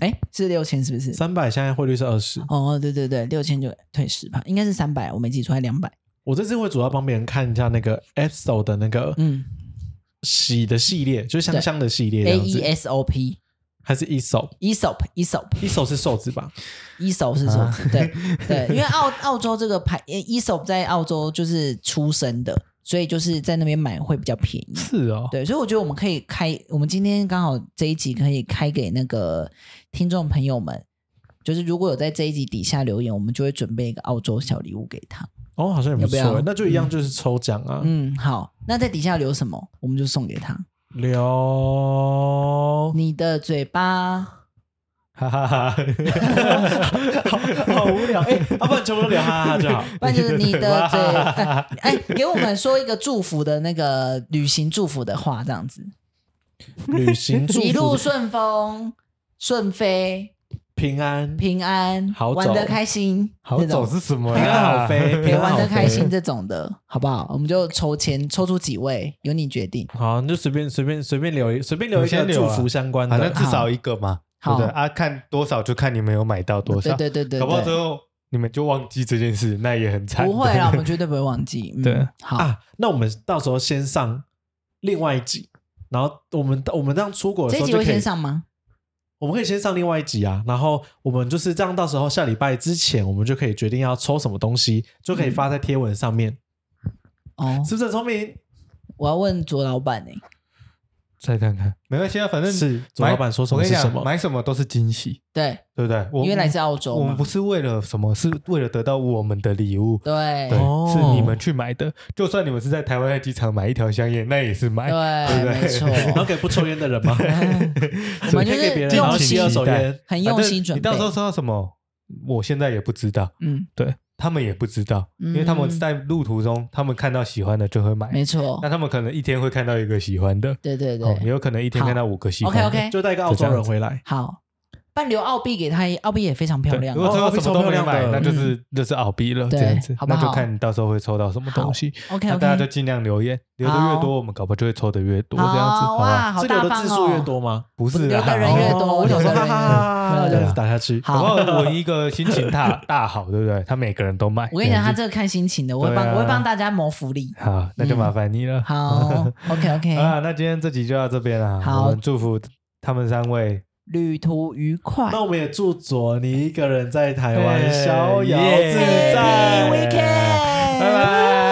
S2: 哎，是六千是不是？
S1: 三百现在汇率是二十。
S2: 哦，对对对，六千就退十吧，应该是三百，我没记错，还两百。
S1: 我这次会主要帮别人看一下那个 EXO 的那个
S2: 嗯
S1: 洗的系列，就是香香的系列这
S2: ，A
S1: 样
S2: E
S1: 子，
S2: S O P。E
S1: 还是 ESO？ESO
S2: Esop Esop
S1: 是瘦子吧？
S2: Esop 是什
S3: 啊
S2: 么？对对，因为澳 (laughs) 澳洲这个牌 Esop 在澳洲就是出生的，所以就是在那边买会比较便宜。
S3: 是哦，
S2: 对，所以我觉得我们可以开，我们今天刚好这一集可以开给那个听众朋友们，就是如果有在这一集底下留言，我们就会准备一个澳洲小礼物给他。
S1: 哦，好像也不错
S2: 要不要
S1: 欸，那就一样就是抽奖啊，
S2: 嗯，好，那在底下留什么，我们就送给他。
S1: 留
S2: 你的嘴巴，
S3: 哈哈哈，
S1: (laughs) 好无聊哎，要不然全部都留哈哈哈就好。
S2: (laughs) 不然就是你
S3: (laughs)
S2: 的嘴，哎、
S3: 哇
S2: 哎给我们说一个祝福的那个旅行祝福的话，这样子，
S1: 旅行祝
S2: 一路
S1: 福
S2: 顺风、顺飞、
S1: 平安，平
S2: 平安，
S1: 好
S2: 玩
S1: 走
S2: 得开心，
S3: 好
S2: 这种
S3: 走是什么
S1: 安
S3: 呀？
S1: 好飞，
S2: 陪
S1: 平安
S2: 玩
S1: (laughs) 好
S2: 的
S1: 飞
S2: 开心。这种的，好不好？我们就抽签，抽出几位，由你决定。
S1: 好，你就随便随便随便留一随便留一
S3: 我
S1: 个
S3: 先留
S1: 祝
S3: 啊
S1: 福相关
S3: 反正
S1: 的，
S3: 至少一个嘛，对
S2: 好
S3: 不对？啊，看多少就看你们有买到多
S2: 对
S3: 少，
S2: 对对对
S3: 搞不好最
S2: 对，
S3: 后你们就忘记这件事，那也很惨。
S2: 不会啊
S3: (laughs)
S2: 啦，我们绝对不会忘记。嗯
S3: 对，
S2: 好，
S1: 啊，那我们到时候先上另外一集，然后我们我们这样出国的
S2: 这
S1: 时候
S2: 一集
S1: 就
S2: 会
S1: 可以
S2: 先，上吗？
S1: 我们可以先上另外一集啊，然后我们就是这样，到时候下礼拜之前我们就可以决定要抽什么东西，就可以发在贴文上面，
S2: 哦，
S3: (laughs)
S1: 是不是很聪明？
S2: 我要问卓老板呢。
S3: 再看看，没关系啊，反正
S1: 是左
S3: 买
S1: 老板说什
S3: 我
S1: 么
S3: 跟
S1: 是
S3: 你讲
S1: 什么？
S3: 买什么都是惊喜，
S2: 对，
S3: 对不对？我
S2: 因为来自澳洲
S3: 我们
S2: 嘛
S3: 不。是为了什么，是为了得到我们的礼物。
S2: 对
S3: 对，
S1: 哦
S3: 是你们去买的。就算你们是在台湾的机场买一条香烟，那也是买。 (laughs)
S2: 对，
S3: 对不对
S2: 没
S3: (laughs)
S1: (laughs)
S2: 错。
S1: 然后给不抽烟的人吗？
S2: (laughs)
S1: (laughs)
S2: 我
S1: 所
S2: 们
S1: 以
S2: 就
S1: 可以给别人，
S2: 是
S1: 然后
S2: 用
S1: 吸
S2: 心
S1: 二，手烟。
S2: 很
S3: 反
S2: 用
S3: 正
S2: 心准
S3: 啊你到时候
S2: 备。
S3: 收到什么，我现在也不知道。
S2: 嗯，
S3: 对他们也不知道，因为他们
S2: 嗯
S3: 在路途中，他们看到喜欢的就会买。
S2: 没错
S3: 那。他们可能一天会看到一个喜欢的，
S2: 对对
S3: 哦，也
S2: 对。
S3: 有可能一天看到五个喜欢
S2: OK
S3: 的。
S2: OK，
S1: 就带一个澳洲人回来，
S2: 好。半留澳币给他，澳币也非常漂
S3: 对，
S2: 亮
S3: 如。果最后什么都没
S1: 哦
S3: 买，
S1: 哦
S3: 那就是就是澳币了，这
S2: 嗯对
S3: 样子
S2: 好，不
S3: 那
S2: 好
S3: 就看你到时候会抽到什么东西。
S2: OK
S3: 那大家就
S2: OK。
S3: 尽量留言，留的越
S2: 好
S3: 多，我们搞不好就会抽的越多，这样子，好吧？
S2: 哇，好
S1: 是留
S2: 大
S1: 的
S2: 方
S1: 字数越
S2: 哦。
S1: 多吗？
S3: 不是
S2: 留
S3: 啦，
S2: 的人越
S3: 哦
S2: 多
S1: 哦我想说
S2: 对
S1: 哈哈哈哈，
S2: 对对对啊
S1: 这样子打下去。
S2: 好
S3: 搞不 (laughs) 好我一个心情大大好，对不对？他每个人都买。
S2: 我跟你讲，他
S3: 这
S2: 这个看心情的，我会帮、
S3: 对啊
S2: 我会帮大家谋福利。
S3: 好，那就麻烦你了。
S2: 嗯
S3: (laughs)
S2: 好，OK OK，、
S3: 啊，那今天这集就到这边了。
S2: 好
S3: 我们祝福他们三位
S2: 旅途愉快
S1: 那我们也祝佐你一个人在台湾
S3: 对
S1: 逍遥
S3: 耶
S1: 自
S3: 们
S1: 在。
S2: ，Happy Weekend，
S3: 拜拜。